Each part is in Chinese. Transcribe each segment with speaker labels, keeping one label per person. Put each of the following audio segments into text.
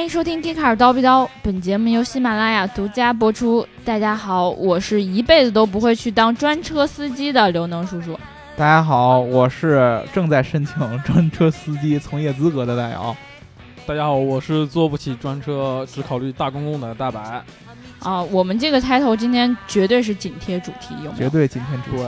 Speaker 1: 迎收听《g e e k a r 叨逼叨》，本节目由喜马拉雅独家播出。大家好，我是一辈子都不会去当专车司机的刘能叔叔。
Speaker 2: 大家好，我是正在申请专车司机从业资格的大姚。
Speaker 3: 大家好，我是坐不起专车，只考虑大公共的大白。
Speaker 1: 啊，我们这个 title 今天绝对是紧贴主题，有没
Speaker 2: 绝
Speaker 1: 有？
Speaker 2: 对今天主题
Speaker 3: 对，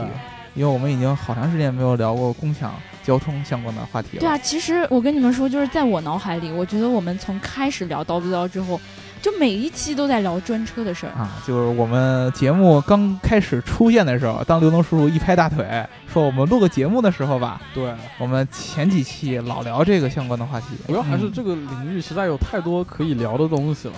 Speaker 2: 因为我们已经好长时间没有聊过共享交通相关的话题了。
Speaker 1: 对啊，其实我跟你们说，就是在我脑海里，我觉得我们从开始聊叨逼叨之后，就每一期都在聊专车的事儿。
Speaker 2: 啊，就是我们节目刚开始出现的时候，当刘能叔叔一拍大腿说我们录个节目的时候吧，
Speaker 3: 对，
Speaker 2: 我们前几期老聊这个相关的话题，
Speaker 3: 主要还是
Speaker 2: 嗯
Speaker 3: 这个领域实在有太多可以聊的东西了。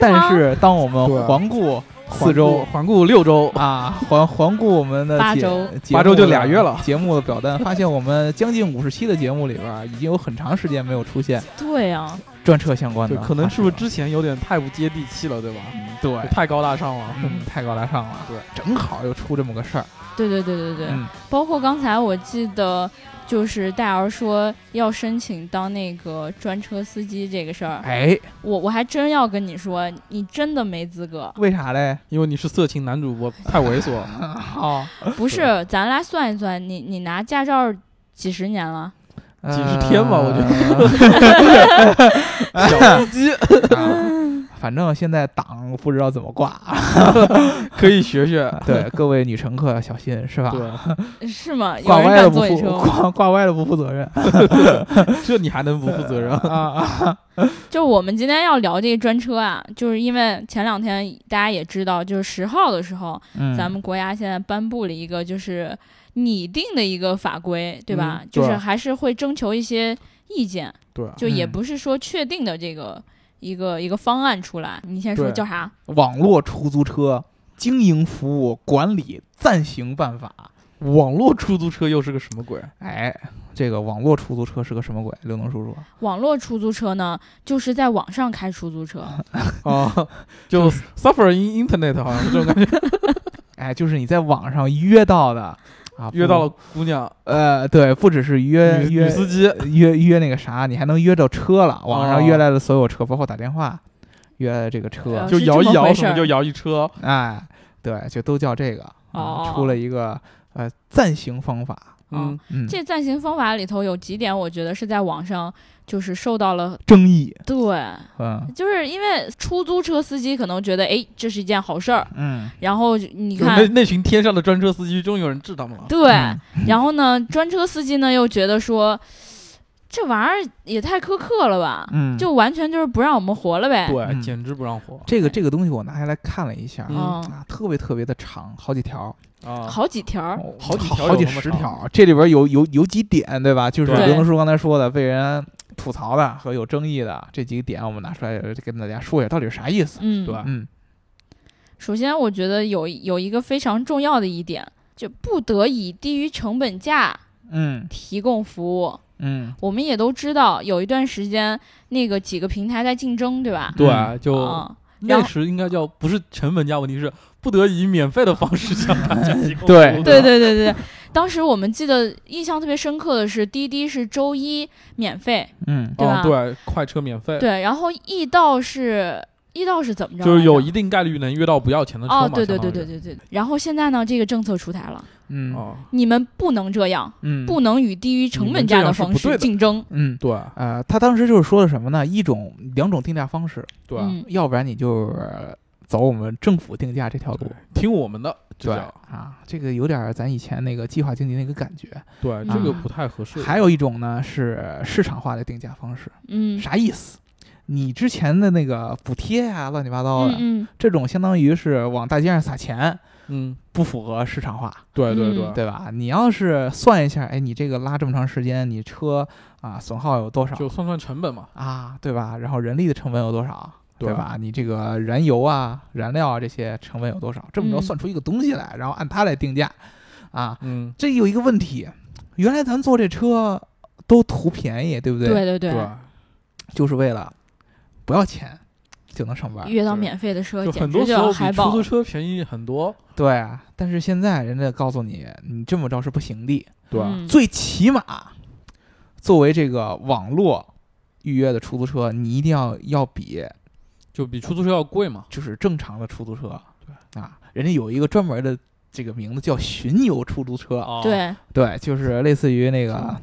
Speaker 2: 但
Speaker 1: 吗
Speaker 2: 是当我
Speaker 3: 对
Speaker 2: 们
Speaker 3: 啊
Speaker 2: 环顾
Speaker 3: 环
Speaker 2: 四周
Speaker 3: 顾环顾六周，
Speaker 2: 啊，环环顾我们的
Speaker 1: 八
Speaker 2: 节
Speaker 1: 周
Speaker 2: 节目
Speaker 3: 八周就俩月了
Speaker 2: 节目的表单，发现我们将近五十期的节目里边儿，已经有很长时间没有出现
Speaker 1: 对啊，
Speaker 2: 专车相关
Speaker 3: 对
Speaker 2: 的，话题了，
Speaker 3: 可能是不是之前有点太不接地气了，对吧？
Speaker 2: 嗯对，
Speaker 3: 太高大上了。
Speaker 2: 嗯，太高大上了，
Speaker 3: 对，
Speaker 2: 正好又出这么个事儿，
Speaker 1: 对对对对对，
Speaker 2: 嗯
Speaker 1: 包括刚才我记得。就是戴儿说要申请当那个专车司机这个事儿，
Speaker 2: 哎，
Speaker 1: 我我还真要跟你说，你真的没资 格。
Speaker 2: 为啥嘞？
Speaker 3: 因为你是色情男主播，太猥琐了。
Speaker 2: 好，
Speaker 1: 不是，咱来算一算，你你拿驾照几十年了？
Speaker 2: 呃
Speaker 3: 几十天吧我觉
Speaker 2: 得。
Speaker 3: 小司机
Speaker 2: 啊反正现在档不知道怎么挂，
Speaker 3: 可以学学，
Speaker 2: 对各位女乘客小心是吧？
Speaker 3: 对，
Speaker 1: 是吗？有
Speaker 2: 挂
Speaker 1: 人
Speaker 2: 歪了
Speaker 1: 敢
Speaker 2: 不
Speaker 1: 坐你
Speaker 2: 负
Speaker 1: 车吗？
Speaker 2: 挂挂歪了不负责任
Speaker 3: 这你还能不负责任？
Speaker 2: 啊啊！
Speaker 1: 就我们今天要聊这个专车啊，就是因为前两天大家也知道，就是十号的时候，
Speaker 2: 嗯
Speaker 1: 咱们国家现在颁布了一个就是拟定的一个法规，对吧？
Speaker 3: 嗯
Speaker 1: 就是
Speaker 3: 对
Speaker 1: 还是会征求一些意见，
Speaker 3: 对，
Speaker 1: 就也
Speaker 2: 啊嗯
Speaker 1: 不是说确定的这个。一个一个方案出来，你先说
Speaker 3: 对
Speaker 1: 叫啥？
Speaker 2: 网络出租车经营服务管理暂行办法。
Speaker 3: 网络出租车又是个什么 鬼？
Speaker 2: 哎，这个网络出租车是个什么鬼？刘能叔叔，
Speaker 1: 网络出租车呢，就是在网上开出租车，
Speaker 3: 啊，就 suffer in internet 好像是这 种感觉，
Speaker 2: 哎，就是你在网上约到的啊，
Speaker 3: 约到
Speaker 2: 不
Speaker 3: 了姑娘，
Speaker 2: 呃，对，不只是约
Speaker 3: 女女
Speaker 2: 约
Speaker 3: 司机，
Speaker 2: 约约那个啥，你还能约到车了。网上
Speaker 3: 哦
Speaker 2: 约来的所有车，包括打电话约来的这个车
Speaker 1: 呃，
Speaker 3: 就是
Speaker 1: 这
Speaker 3: 摇一
Speaker 1: 么回
Speaker 3: 摇
Speaker 1: 事
Speaker 3: 什
Speaker 1: 儿
Speaker 3: 么就摇一车，
Speaker 2: 哎，对，就都叫这个。啊
Speaker 1: 哦
Speaker 2: 出了一个呃暂行方法，
Speaker 3: 嗯，
Speaker 2: 嗯，
Speaker 1: 这暂行方法里头有几点，我觉得是在网上就是受到了
Speaker 2: 争议，
Speaker 1: 对，
Speaker 2: 嗯
Speaker 1: 就是因为出租车司机可能觉得哎这是一件好事儿，
Speaker 2: 嗯，
Speaker 1: 然后你
Speaker 3: 就那
Speaker 1: 看
Speaker 3: 那群天上的专车司机终于有人治他们了，
Speaker 1: 对，
Speaker 2: 嗯
Speaker 1: 然后呢专车司机呢又觉得说这玩意儿也太苛刻了吧，
Speaker 2: 嗯，
Speaker 1: 就完全就是不让我们活了呗。
Speaker 3: 对，
Speaker 2: 嗯
Speaker 3: 简直不让活
Speaker 2: 这个这个东西我拿下来看了一下，
Speaker 3: 嗯
Speaker 1: 嗯，
Speaker 2: 啊，特别特别的长，好几条，
Speaker 3: 啊！
Speaker 1: 好几条儿，
Speaker 2: 哦
Speaker 3: 好几条
Speaker 2: 好
Speaker 3: 有
Speaker 2: 几
Speaker 3: 那么
Speaker 2: 十
Speaker 3: 长
Speaker 2: 条。这里边有有有几点，对吧？就是
Speaker 1: 对
Speaker 2: 刘能叔刚才说的，被人吐槽的和有争议的这几个点，我们拿出来跟大家说一下，到底是啥意思？
Speaker 1: 嗯，
Speaker 3: 对
Speaker 2: 嗯，
Speaker 1: 首先我觉得有有一个非常重要的一点，就不得以低于成本价
Speaker 2: 嗯
Speaker 1: 提供服务。
Speaker 2: 嗯
Speaker 1: 我们也都知道，有一段时间那个几个平台在竞争，对吧？
Speaker 2: 嗯
Speaker 3: 对，就
Speaker 1: 啊、然
Speaker 3: 那
Speaker 1: 后
Speaker 3: 时应该叫不是成本价问题，是不得以免费的方式向大家提供
Speaker 2: 对
Speaker 3: 服务
Speaker 1: 对对对对，当时我们记得印象特别深刻的是，滴滴是周一免费，
Speaker 2: 嗯，
Speaker 1: 对吧
Speaker 3: 哦对，快车免费，
Speaker 1: 对，然后易到是易到是怎么着来着？
Speaker 3: 就是有一定概率能约到不要钱的车嘛，
Speaker 1: 哦，对对
Speaker 3: 相当
Speaker 1: 对
Speaker 3: 于
Speaker 1: 对对对。然后现在呢，这个政策出台了，
Speaker 2: 嗯
Speaker 3: 哦，
Speaker 1: 你们不能这样，
Speaker 2: 嗯
Speaker 1: 不能与低于成本价方
Speaker 3: 你们这样是不对
Speaker 1: 式
Speaker 3: 的
Speaker 1: 竞争。
Speaker 2: 嗯。
Speaker 3: 对
Speaker 2: 呃，他当时就是说的什么呢？一种两种定价方式，
Speaker 3: 对，
Speaker 1: 嗯，
Speaker 2: 要不然你就是呃走我们政府定价这条路
Speaker 3: 对，听我们的，这叫
Speaker 2: 啊，这个有点儿咱以前那个计划经济那个感觉。
Speaker 3: 对，这个
Speaker 1: 嗯
Speaker 3: 不太合适，
Speaker 2: 还有一种呢是市场化的定价方式，
Speaker 1: 嗯
Speaker 2: 啥意思？你之前的那个补贴啊，乱七八糟的，
Speaker 1: 嗯
Speaker 2: 这种相当于是往大街上撒钱，
Speaker 3: 嗯，
Speaker 2: 不符合市场化，
Speaker 3: 对对
Speaker 1: 嗯
Speaker 3: 对，
Speaker 2: 对吧？你要是算一下，哎，你这个拉这么长时间，你车啊损耗有多少
Speaker 3: 就算算成本嘛，
Speaker 2: 啊，对吧？然后人力的成本有多少，
Speaker 1: 啊
Speaker 2: 对
Speaker 3: 对
Speaker 2: 吧？你这个燃油啊、燃料啊这些成本有多少？这么着
Speaker 1: 嗯
Speaker 2: 算出一个东西来，然后按它来定价，啊，
Speaker 3: 嗯，
Speaker 2: 这有一个问题，原来咱坐这车都图便宜，对
Speaker 1: 嗯，
Speaker 2: 不对？
Speaker 1: 对对对
Speaker 3: 对，
Speaker 2: 就是为了不要钱就能上班。
Speaker 1: 约到
Speaker 3: 对
Speaker 1: 免费的车，
Speaker 3: 就
Speaker 1: 简
Speaker 3: 很多
Speaker 1: 直
Speaker 3: 时
Speaker 1: 就
Speaker 3: 候
Speaker 1: 海嗯
Speaker 3: 比出
Speaker 1: 宝
Speaker 3: 租。车便宜很多，
Speaker 2: 对啊，但是现在人家告诉你，你这么着
Speaker 3: 嗯
Speaker 2: 是不行的。
Speaker 3: 对，
Speaker 1: 嗯
Speaker 2: 最起码，作为这个网络预约的出租车，你一定要要比
Speaker 3: 就比出租车要贵嘛。
Speaker 2: 就是正常的出租车，对啊，人家有一个专门的这个名字叫巡游出租车，
Speaker 3: 啊，，
Speaker 1: 对，
Speaker 2: 对，就是类似于那个。啊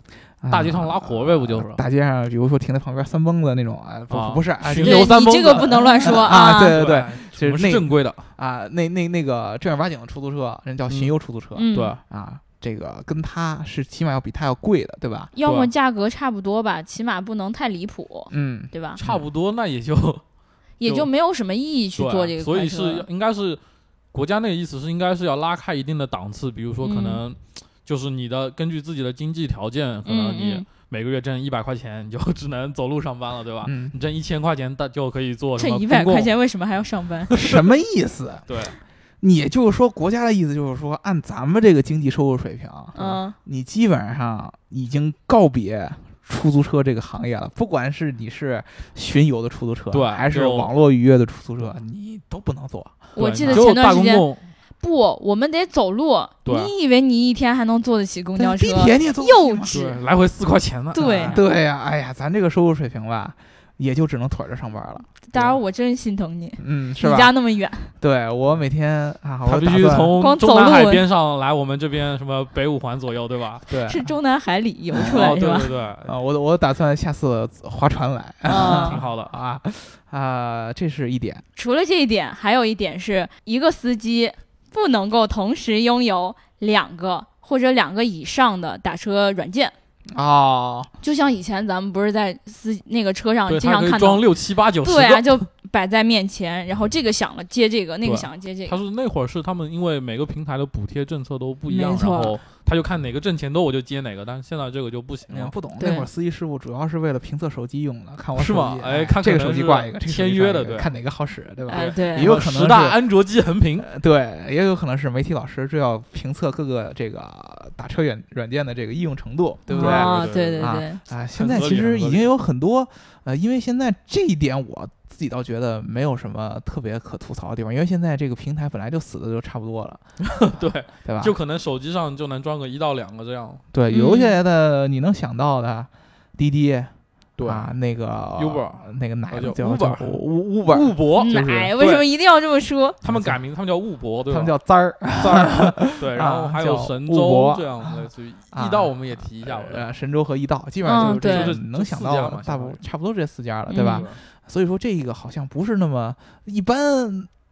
Speaker 3: 大街上拉活呗不就是
Speaker 2: 大街上，比如说停在旁边三蹦子那种啊，不
Speaker 3: 啊
Speaker 2: 不是啊，
Speaker 3: 巡
Speaker 2: 就
Speaker 3: 游
Speaker 1: 对
Speaker 3: 三
Speaker 1: 你
Speaker 3: 蹦
Speaker 1: 这个
Speaker 3: 子
Speaker 1: 不能乱说
Speaker 2: 啊对
Speaker 3: 对
Speaker 2: 对
Speaker 3: 什么
Speaker 2: 就是那
Speaker 3: 是正规的，
Speaker 2: 啊，那那那个正儿八经的出租车，人叫巡游出租车
Speaker 1: 嗯，
Speaker 3: 对，
Speaker 2: 啊，这个跟它是起码要比它要贵的，对吧？
Speaker 1: 要么
Speaker 3: 对
Speaker 1: 价格差不多吧，起码不能太离谱，
Speaker 2: 嗯，
Speaker 1: 对吧？
Speaker 3: 差不多那也就
Speaker 1: 也就
Speaker 3: 就
Speaker 1: 没有什么意义 去
Speaker 3: 对，
Speaker 1: 做这个
Speaker 3: 所
Speaker 1: 快
Speaker 3: 以
Speaker 1: 车
Speaker 3: 是应该是国家那个意思是应该是要拉开一定的档次，比如说可
Speaker 1: 嗯
Speaker 3: 能就是你的根据自己的经济条件，可能
Speaker 1: 嗯
Speaker 3: 你
Speaker 1: 嗯，
Speaker 3: 每个月挣一百块钱，你就 只能走路上班了，对吧？
Speaker 2: 嗯，
Speaker 3: 你挣一千块钱，大就可以做什
Speaker 1: 这
Speaker 3: 么
Speaker 1: 一百
Speaker 3: 公共
Speaker 1: 块？钱为什么还要上班？
Speaker 2: 什么意思？
Speaker 3: 对，
Speaker 2: 你就是说国家的意思就是说，按咱们这个经济收入水平，
Speaker 1: 嗯，
Speaker 2: 你基本上已经告别出租车这个行业了。不管是你是巡游的出租车，
Speaker 3: 对
Speaker 2: 还是
Speaker 3: 就
Speaker 2: 网络预约的出租车，你都不能坐。
Speaker 1: 我
Speaker 3: 对
Speaker 1: 记得
Speaker 3: 只有
Speaker 1: 前段
Speaker 3: 大
Speaker 1: 时
Speaker 3: 公
Speaker 1: 间
Speaker 3: 共
Speaker 1: 不，我们得走路。
Speaker 3: 对
Speaker 1: 你以为你一天还能坐得起公交
Speaker 2: 但
Speaker 1: 车
Speaker 2: 地？铁你也坐
Speaker 1: 幼
Speaker 2: 不起
Speaker 1: 稚
Speaker 3: 对，来回四块钱呢。
Speaker 1: 对
Speaker 2: 吗 对呀、哎呀，咱这个收入水平吧，也就只能腿着上班了。
Speaker 1: 当然我真心疼你，
Speaker 2: 嗯，是
Speaker 1: 你家
Speaker 2: 吧？
Speaker 1: 那么远，
Speaker 2: 对我每天啊，
Speaker 3: 他
Speaker 2: 我
Speaker 3: 必
Speaker 2: 打
Speaker 3: 须
Speaker 2: 算
Speaker 1: 光
Speaker 3: 从
Speaker 1: 走
Speaker 3: 中南
Speaker 1: 路
Speaker 3: 海
Speaker 1: 我
Speaker 3: 边上来我们这边什么北五环左右，对吧？
Speaker 2: 对
Speaker 1: 是中南海里游出
Speaker 3: 哦，
Speaker 1: 来
Speaker 3: 对
Speaker 1: 是吧？
Speaker 3: 对对，
Speaker 2: 啊，我我打算下次划船来
Speaker 3: 挺
Speaker 1: 啊，
Speaker 3: 好的。
Speaker 2: 啊啊，这是一点。
Speaker 1: 除了这一点，还有一点是一个司机不能够同时拥有两个或者两个以上的打车软件。
Speaker 2: 哦，
Speaker 1: 就像以前咱们不是在司那个车上
Speaker 3: 对，
Speaker 1: 啊经
Speaker 3: 他
Speaker 1: 常
Speaker 3: 可以
Speaker 1: 看
Speaker 3: 装
Speaker 1: 到，
Speaker 3: 六七八九十
Speaker 1: 对
Speaker 3: 个
Speaker 1: 啊，就摆在面前，然后这个响了接这个，那个
Speaker 3: 对
Speaker 1: 响了接这
Speaker 3: 他
Speaker 1: 个，
Speaker 3: 说那会儿是他们因为每个平台的补贴政策都不一样，
Speaker 1: 没
Speaker 3: 然
Speaker 1: 错
Speaker 3: 后他就看哪个挣钱多我就接哪个，但是现在这个就不行
Speaker 2: 嗯，
Speaker 3: 了。
Speaker 2: 不懂。
Speaker 1: 对
Speaker 2: 那会儿司机师傅主要是为了评测手机用的，看我
Speaker 3: 是
Speaker 2: 手
Speaker 3: 吗
Speaker 2: 机
Speaker 3: 哎看
Speaker 2: 这个
Speaker 3: 可
Speaker 2: 手
Speaker 3: 能
Speaker 2: 机
Speaker 3: 是
Speaker 2: 挂一个，这个手
Speaker 3: 签
Speaker 2: 机
Speaker 3: 约
Speaker 2: 挂
Speaker 3: 的
Speaker 2: 一个
Speaker 3: 对
Speaker 2: 看哪个好使，对吧？
Speaker 1: 哎，
Speaker 2: 也
Speaker 1: 对，
Speaker 2: 有可能
Speaker 3: 十大
Speaker 2: 是
Speaker 3: 安卓机横屏，
Speaker 2: 呃对，也有可能是媒体老师就要评测各个这个打车软软件的这个应用程度，对不对？啊、
Speaker 1: 哦，
Speaker 3: 对
Speaker 1: 对
Speaker 3: 对
Speaker 1: 对
Speaker 2: 啊
Speaker 1: 对，
Speaker 2: 现
Speaker 3: 很
Speaker 2: 在
Speaker 3: 合
Speaker 2: 其
Speaker 3: 理很
Speaker 2: 实
Speaker 3: 合
Speaker 2: 已经有很多呃，因为现在这一点我自己倒觉得没有什么特别可吐槽的地方，因为现在这个平台本来就死的就差不多了，
Speaker 3: 对，
Speaker 2: 对吧？
Speaker 3: 就嗯可能手机上就能装个一到两个这样。
Speaker 2: 对，留下来的你能想到的，滴滴啊，那个
Speaker 3: Uber
Speaker 2: 那个哪个
Speaker 3: 叫
Speaker 2: 叫
Speaker 3: Uber
Speaker 2: 叫 U-
Speaker 3: 雾
Speaker 2: Uber，
Speaker 3: 博，
Speaker 2: 就
Speaker 1: 奶
Speaker 2: 是
Speaker 1: 嗯哎为什么一定要这么说？
Speaker 3: 他们改名，他们叫雾博，对
Speaker 2: 他
Speaker 3: 吧？
Speaker 2: 们叫簪儿，
Speaker 3: 对，然后还有神
Speaker 2: 啊叫雾
Speaker 3: 州
Speaker 2: 博
Speaker 3: 这样类似于
Speaker 2: 啊
Speaker 3: 易到，我们也提一下吧。
Speaker 2: 呃，神州和易到，基本上
Speaker 1: 嗯对
Speaker 2: 就
Speaker 3: 就是是
Speaker 2: 能想
Speaker 3: 四
Speaker 2: 到
Speaker 3: 家嘛
Speaker 2: 的，大
Speaker 3: 相当
Speaker 2: 部
Speaker 3: 于
Speaker 2: 差不多这四家了，
Speaker 1: 嗯
Speaker 2: 对吧
Speaker 3: 对？
Speaker 2: 所以说这个好像不是那么一般，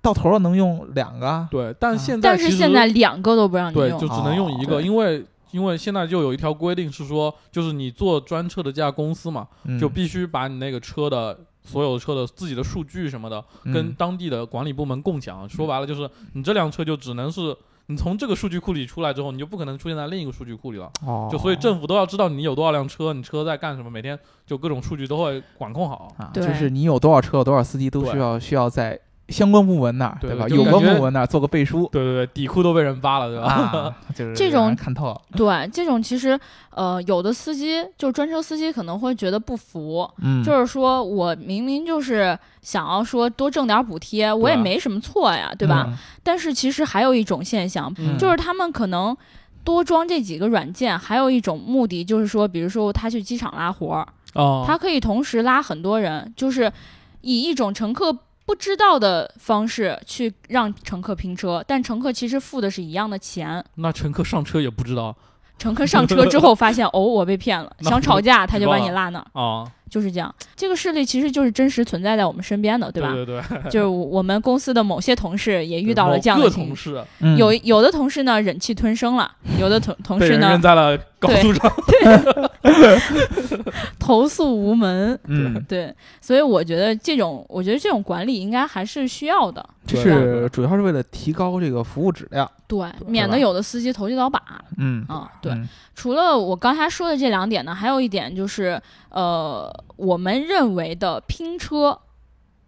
Speaker 2: 到头了能用两个，
Speaker 3: 对，但
Speaker 2: 啊
Speaker 3: 现在
Speaker 1: 但
Speaker 3: 其
Speaker 1: 是
Speaker 3: 实
Speaker 1: 现在两个都不让你
Speaker 3: 对，
Speaker 1: 用
Speaker 3: 就，只能用一个，
Speaker 2: 哦
Speaker 3: 因为因为现在就有一条规定是说，就是你做专车的这家公司嘛，
Speaker 2: 嗯
Speaker 3: 就必须把你那个车的所有车的自己的数据什么的，跟
Speaker 2: 嗯
Speaker 3: 当地的管理部门共享。说白了就是，你这辆车就只能是你从这个数据库里出来之后，你就不可能出现在另一个数据库里了。
Speaker 2: 哦，
Speaker 3: 就所以政府都要知道你有多少辆车，你车在干什么，每天就各种数据都会管控好。
Speaker 2: 啊，
Speaker 1: 对
Speaker 2: 就是你有多少车，有多少司机都需要需要在相关部门那儿，
Speaker 3: 对
Speaker 2: 对吧？
Speaker 3: 就
Speaker 2: 有
Speaker 3: 感
Speaker 2: 关
Speaker 3: 觉
Speaker 2: 部门那儿做个背书
Speaker 3: 对对对，底裤都被人扒了，对 吧？
Speaker 2: 啊，就是
Speaker 1: 这
Speaker 2: 让人
Speaker 1: 种
Speaker 2: 看透了，
Speaker 1: 对，这种其实，呃，有的司机就是专车司机可能会觉得不服，
Speaker 2: 嗯，
Speaker 1: 就是说我明明就是想要说多挣点补贴，我也
Speaker 3: 对啊
Speaker 1: 没什么错呀，对吧？
Speaker 2: 嗯？
Speaker 1: 但是其实还有一种现象，
Speaker 3: 嗯
Speaker 1: 就是他们可能多装这几个软件，还有一种目的就是说，比如说他去机场拉活儿，
Speaker 3: 哦，
Speaker 1: 他可以同时拉很多人，就是以一种乘客。不知道的方式去让乘客拼车，但乘客其实付的是一样的钱。
Speaker 3: 那乘客上车也不知道
Speaker 1: 乘客上车之后发现，哦，我被骗了，
Speaker 3: 那
Speaker 1: 想吵架他就把
Speaker 3: 举报
Speaker 1: 你
Speaker 3: 了
Speaker 1: 拉那儿，
Speaker 3: 啊，
Speaker 1: 就是这样。这个事例其实就是真实存在在我们身边的，对
Speaker 3: 对
Speaker 1: 吧？
Speaker 3: 对对，
Speaker 1: 就是我我们公司的某些同事也遇到了这样
Speaker 3: 某
Speaker 1: 的
Speaker 3: 个
Speaker 1: 情
Speaker 3: 同
Speaker 1: 况。
Speaker 3: 事
Speaker 2: 嗯
Speaker 1: 有有的同事呢忍气吞声了，有的 同同
Speaker 3: 被
Speaker 1: 事
Speaker 3: 人
Speaker 1: 呢
Speaker 3: 扔在了高速上，
Speaker 1: 投诉无门。
Speaker 2: 嗯，
Speaker 1: 对，所以我觉得这种，我觉得这种管理应该还是需要的，
Speaker 2: 这
Speaker 3: 对
Speaker 2: 是主要是为了提高这个服务质量，
Speaker 1: 对，免得有的司机投机倒把
Speaker 2: 嗯，
Speaker 1: 啊。对，
Speaker 2: 嗯
Speaker 1: 除了我刚才说的这两点呢，还有一点就是，呃，我们认为的拼车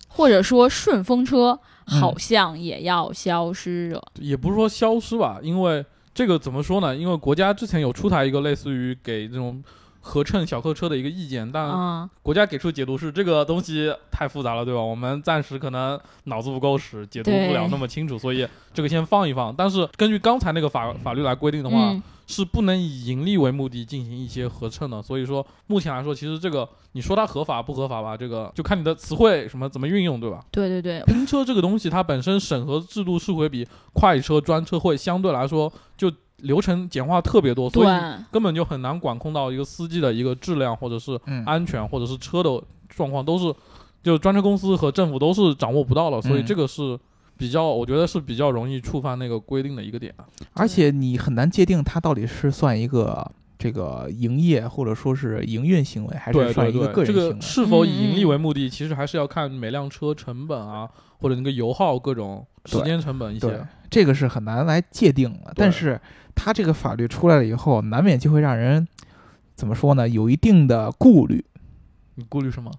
Speaker 1: 或者说顺风车，
Speaker 2: 嗯
Speaker 1: 好像也要消失了。
Speaker 3: 也不是说消失吧，因为这个怎么说呢？因为国家之前有出台一个类似于给这种合乘小客车的一个意见，但
Speaker 1: 啊、
Speaker 3: 国家给出解读是这个东西太复杂了，对吧？我们暂时可能脑子不够使，解读不
Speaker 1: 对
Speaker 3: 了那么清楚，所以这个先放一放。但是根据刚才那个法法律来规定的话，
Speaker 1: 嗯，
Speaker 3: 是不能以盈利为目的进行一些合衬的。所以说，目前来说，其实这个你说它合法不合法吧，这个就看你的词汇什么怎么运用，对吧？
Speaker 1: 对对对，
Speaker 3: 拼车这个东西，它本身审核制度是会比快车、专车会相对来说就流程简化特别多，所以
Speaker 1: 对
Speaker 3: 根本就很难管控到一个司机的一个质量，或者是
Speaker 2: 嗯，
Speaker 3: 安全，或者是车的状况，都是就专车公司和政府都是掌握不到了，所以
Speaker 2: 嗯
Speaker 3: 这个是比较，我觉得是比较容易触犯那个规定的一个点。
Speaker 2: 而且你很难界定它到底是算一个这个营业或者说是营运行为，还
Speaker 3: 对
Speaker 2: 是算
Speaker 3: 对
Speaker 2: 一个
Speaker 3: 对，
Speaker 2: 个
Speaker 3: 这
Speaker 2: 人行
Speaker 3: 个
Speaker 2: 为。
Speaker 3: 是否以盈利为目的，其实还是要看每辆车成本啊，或者那个油耗各种时间成本一
Speaker 2: 对
Speaker 3: 些。，
Speaker 2: 这个是很难来界定的。但是它这个法律出来了以后，难免就会让人怎么说呢？有一定的顾虑。
Speaker 3: 你顾虑什么？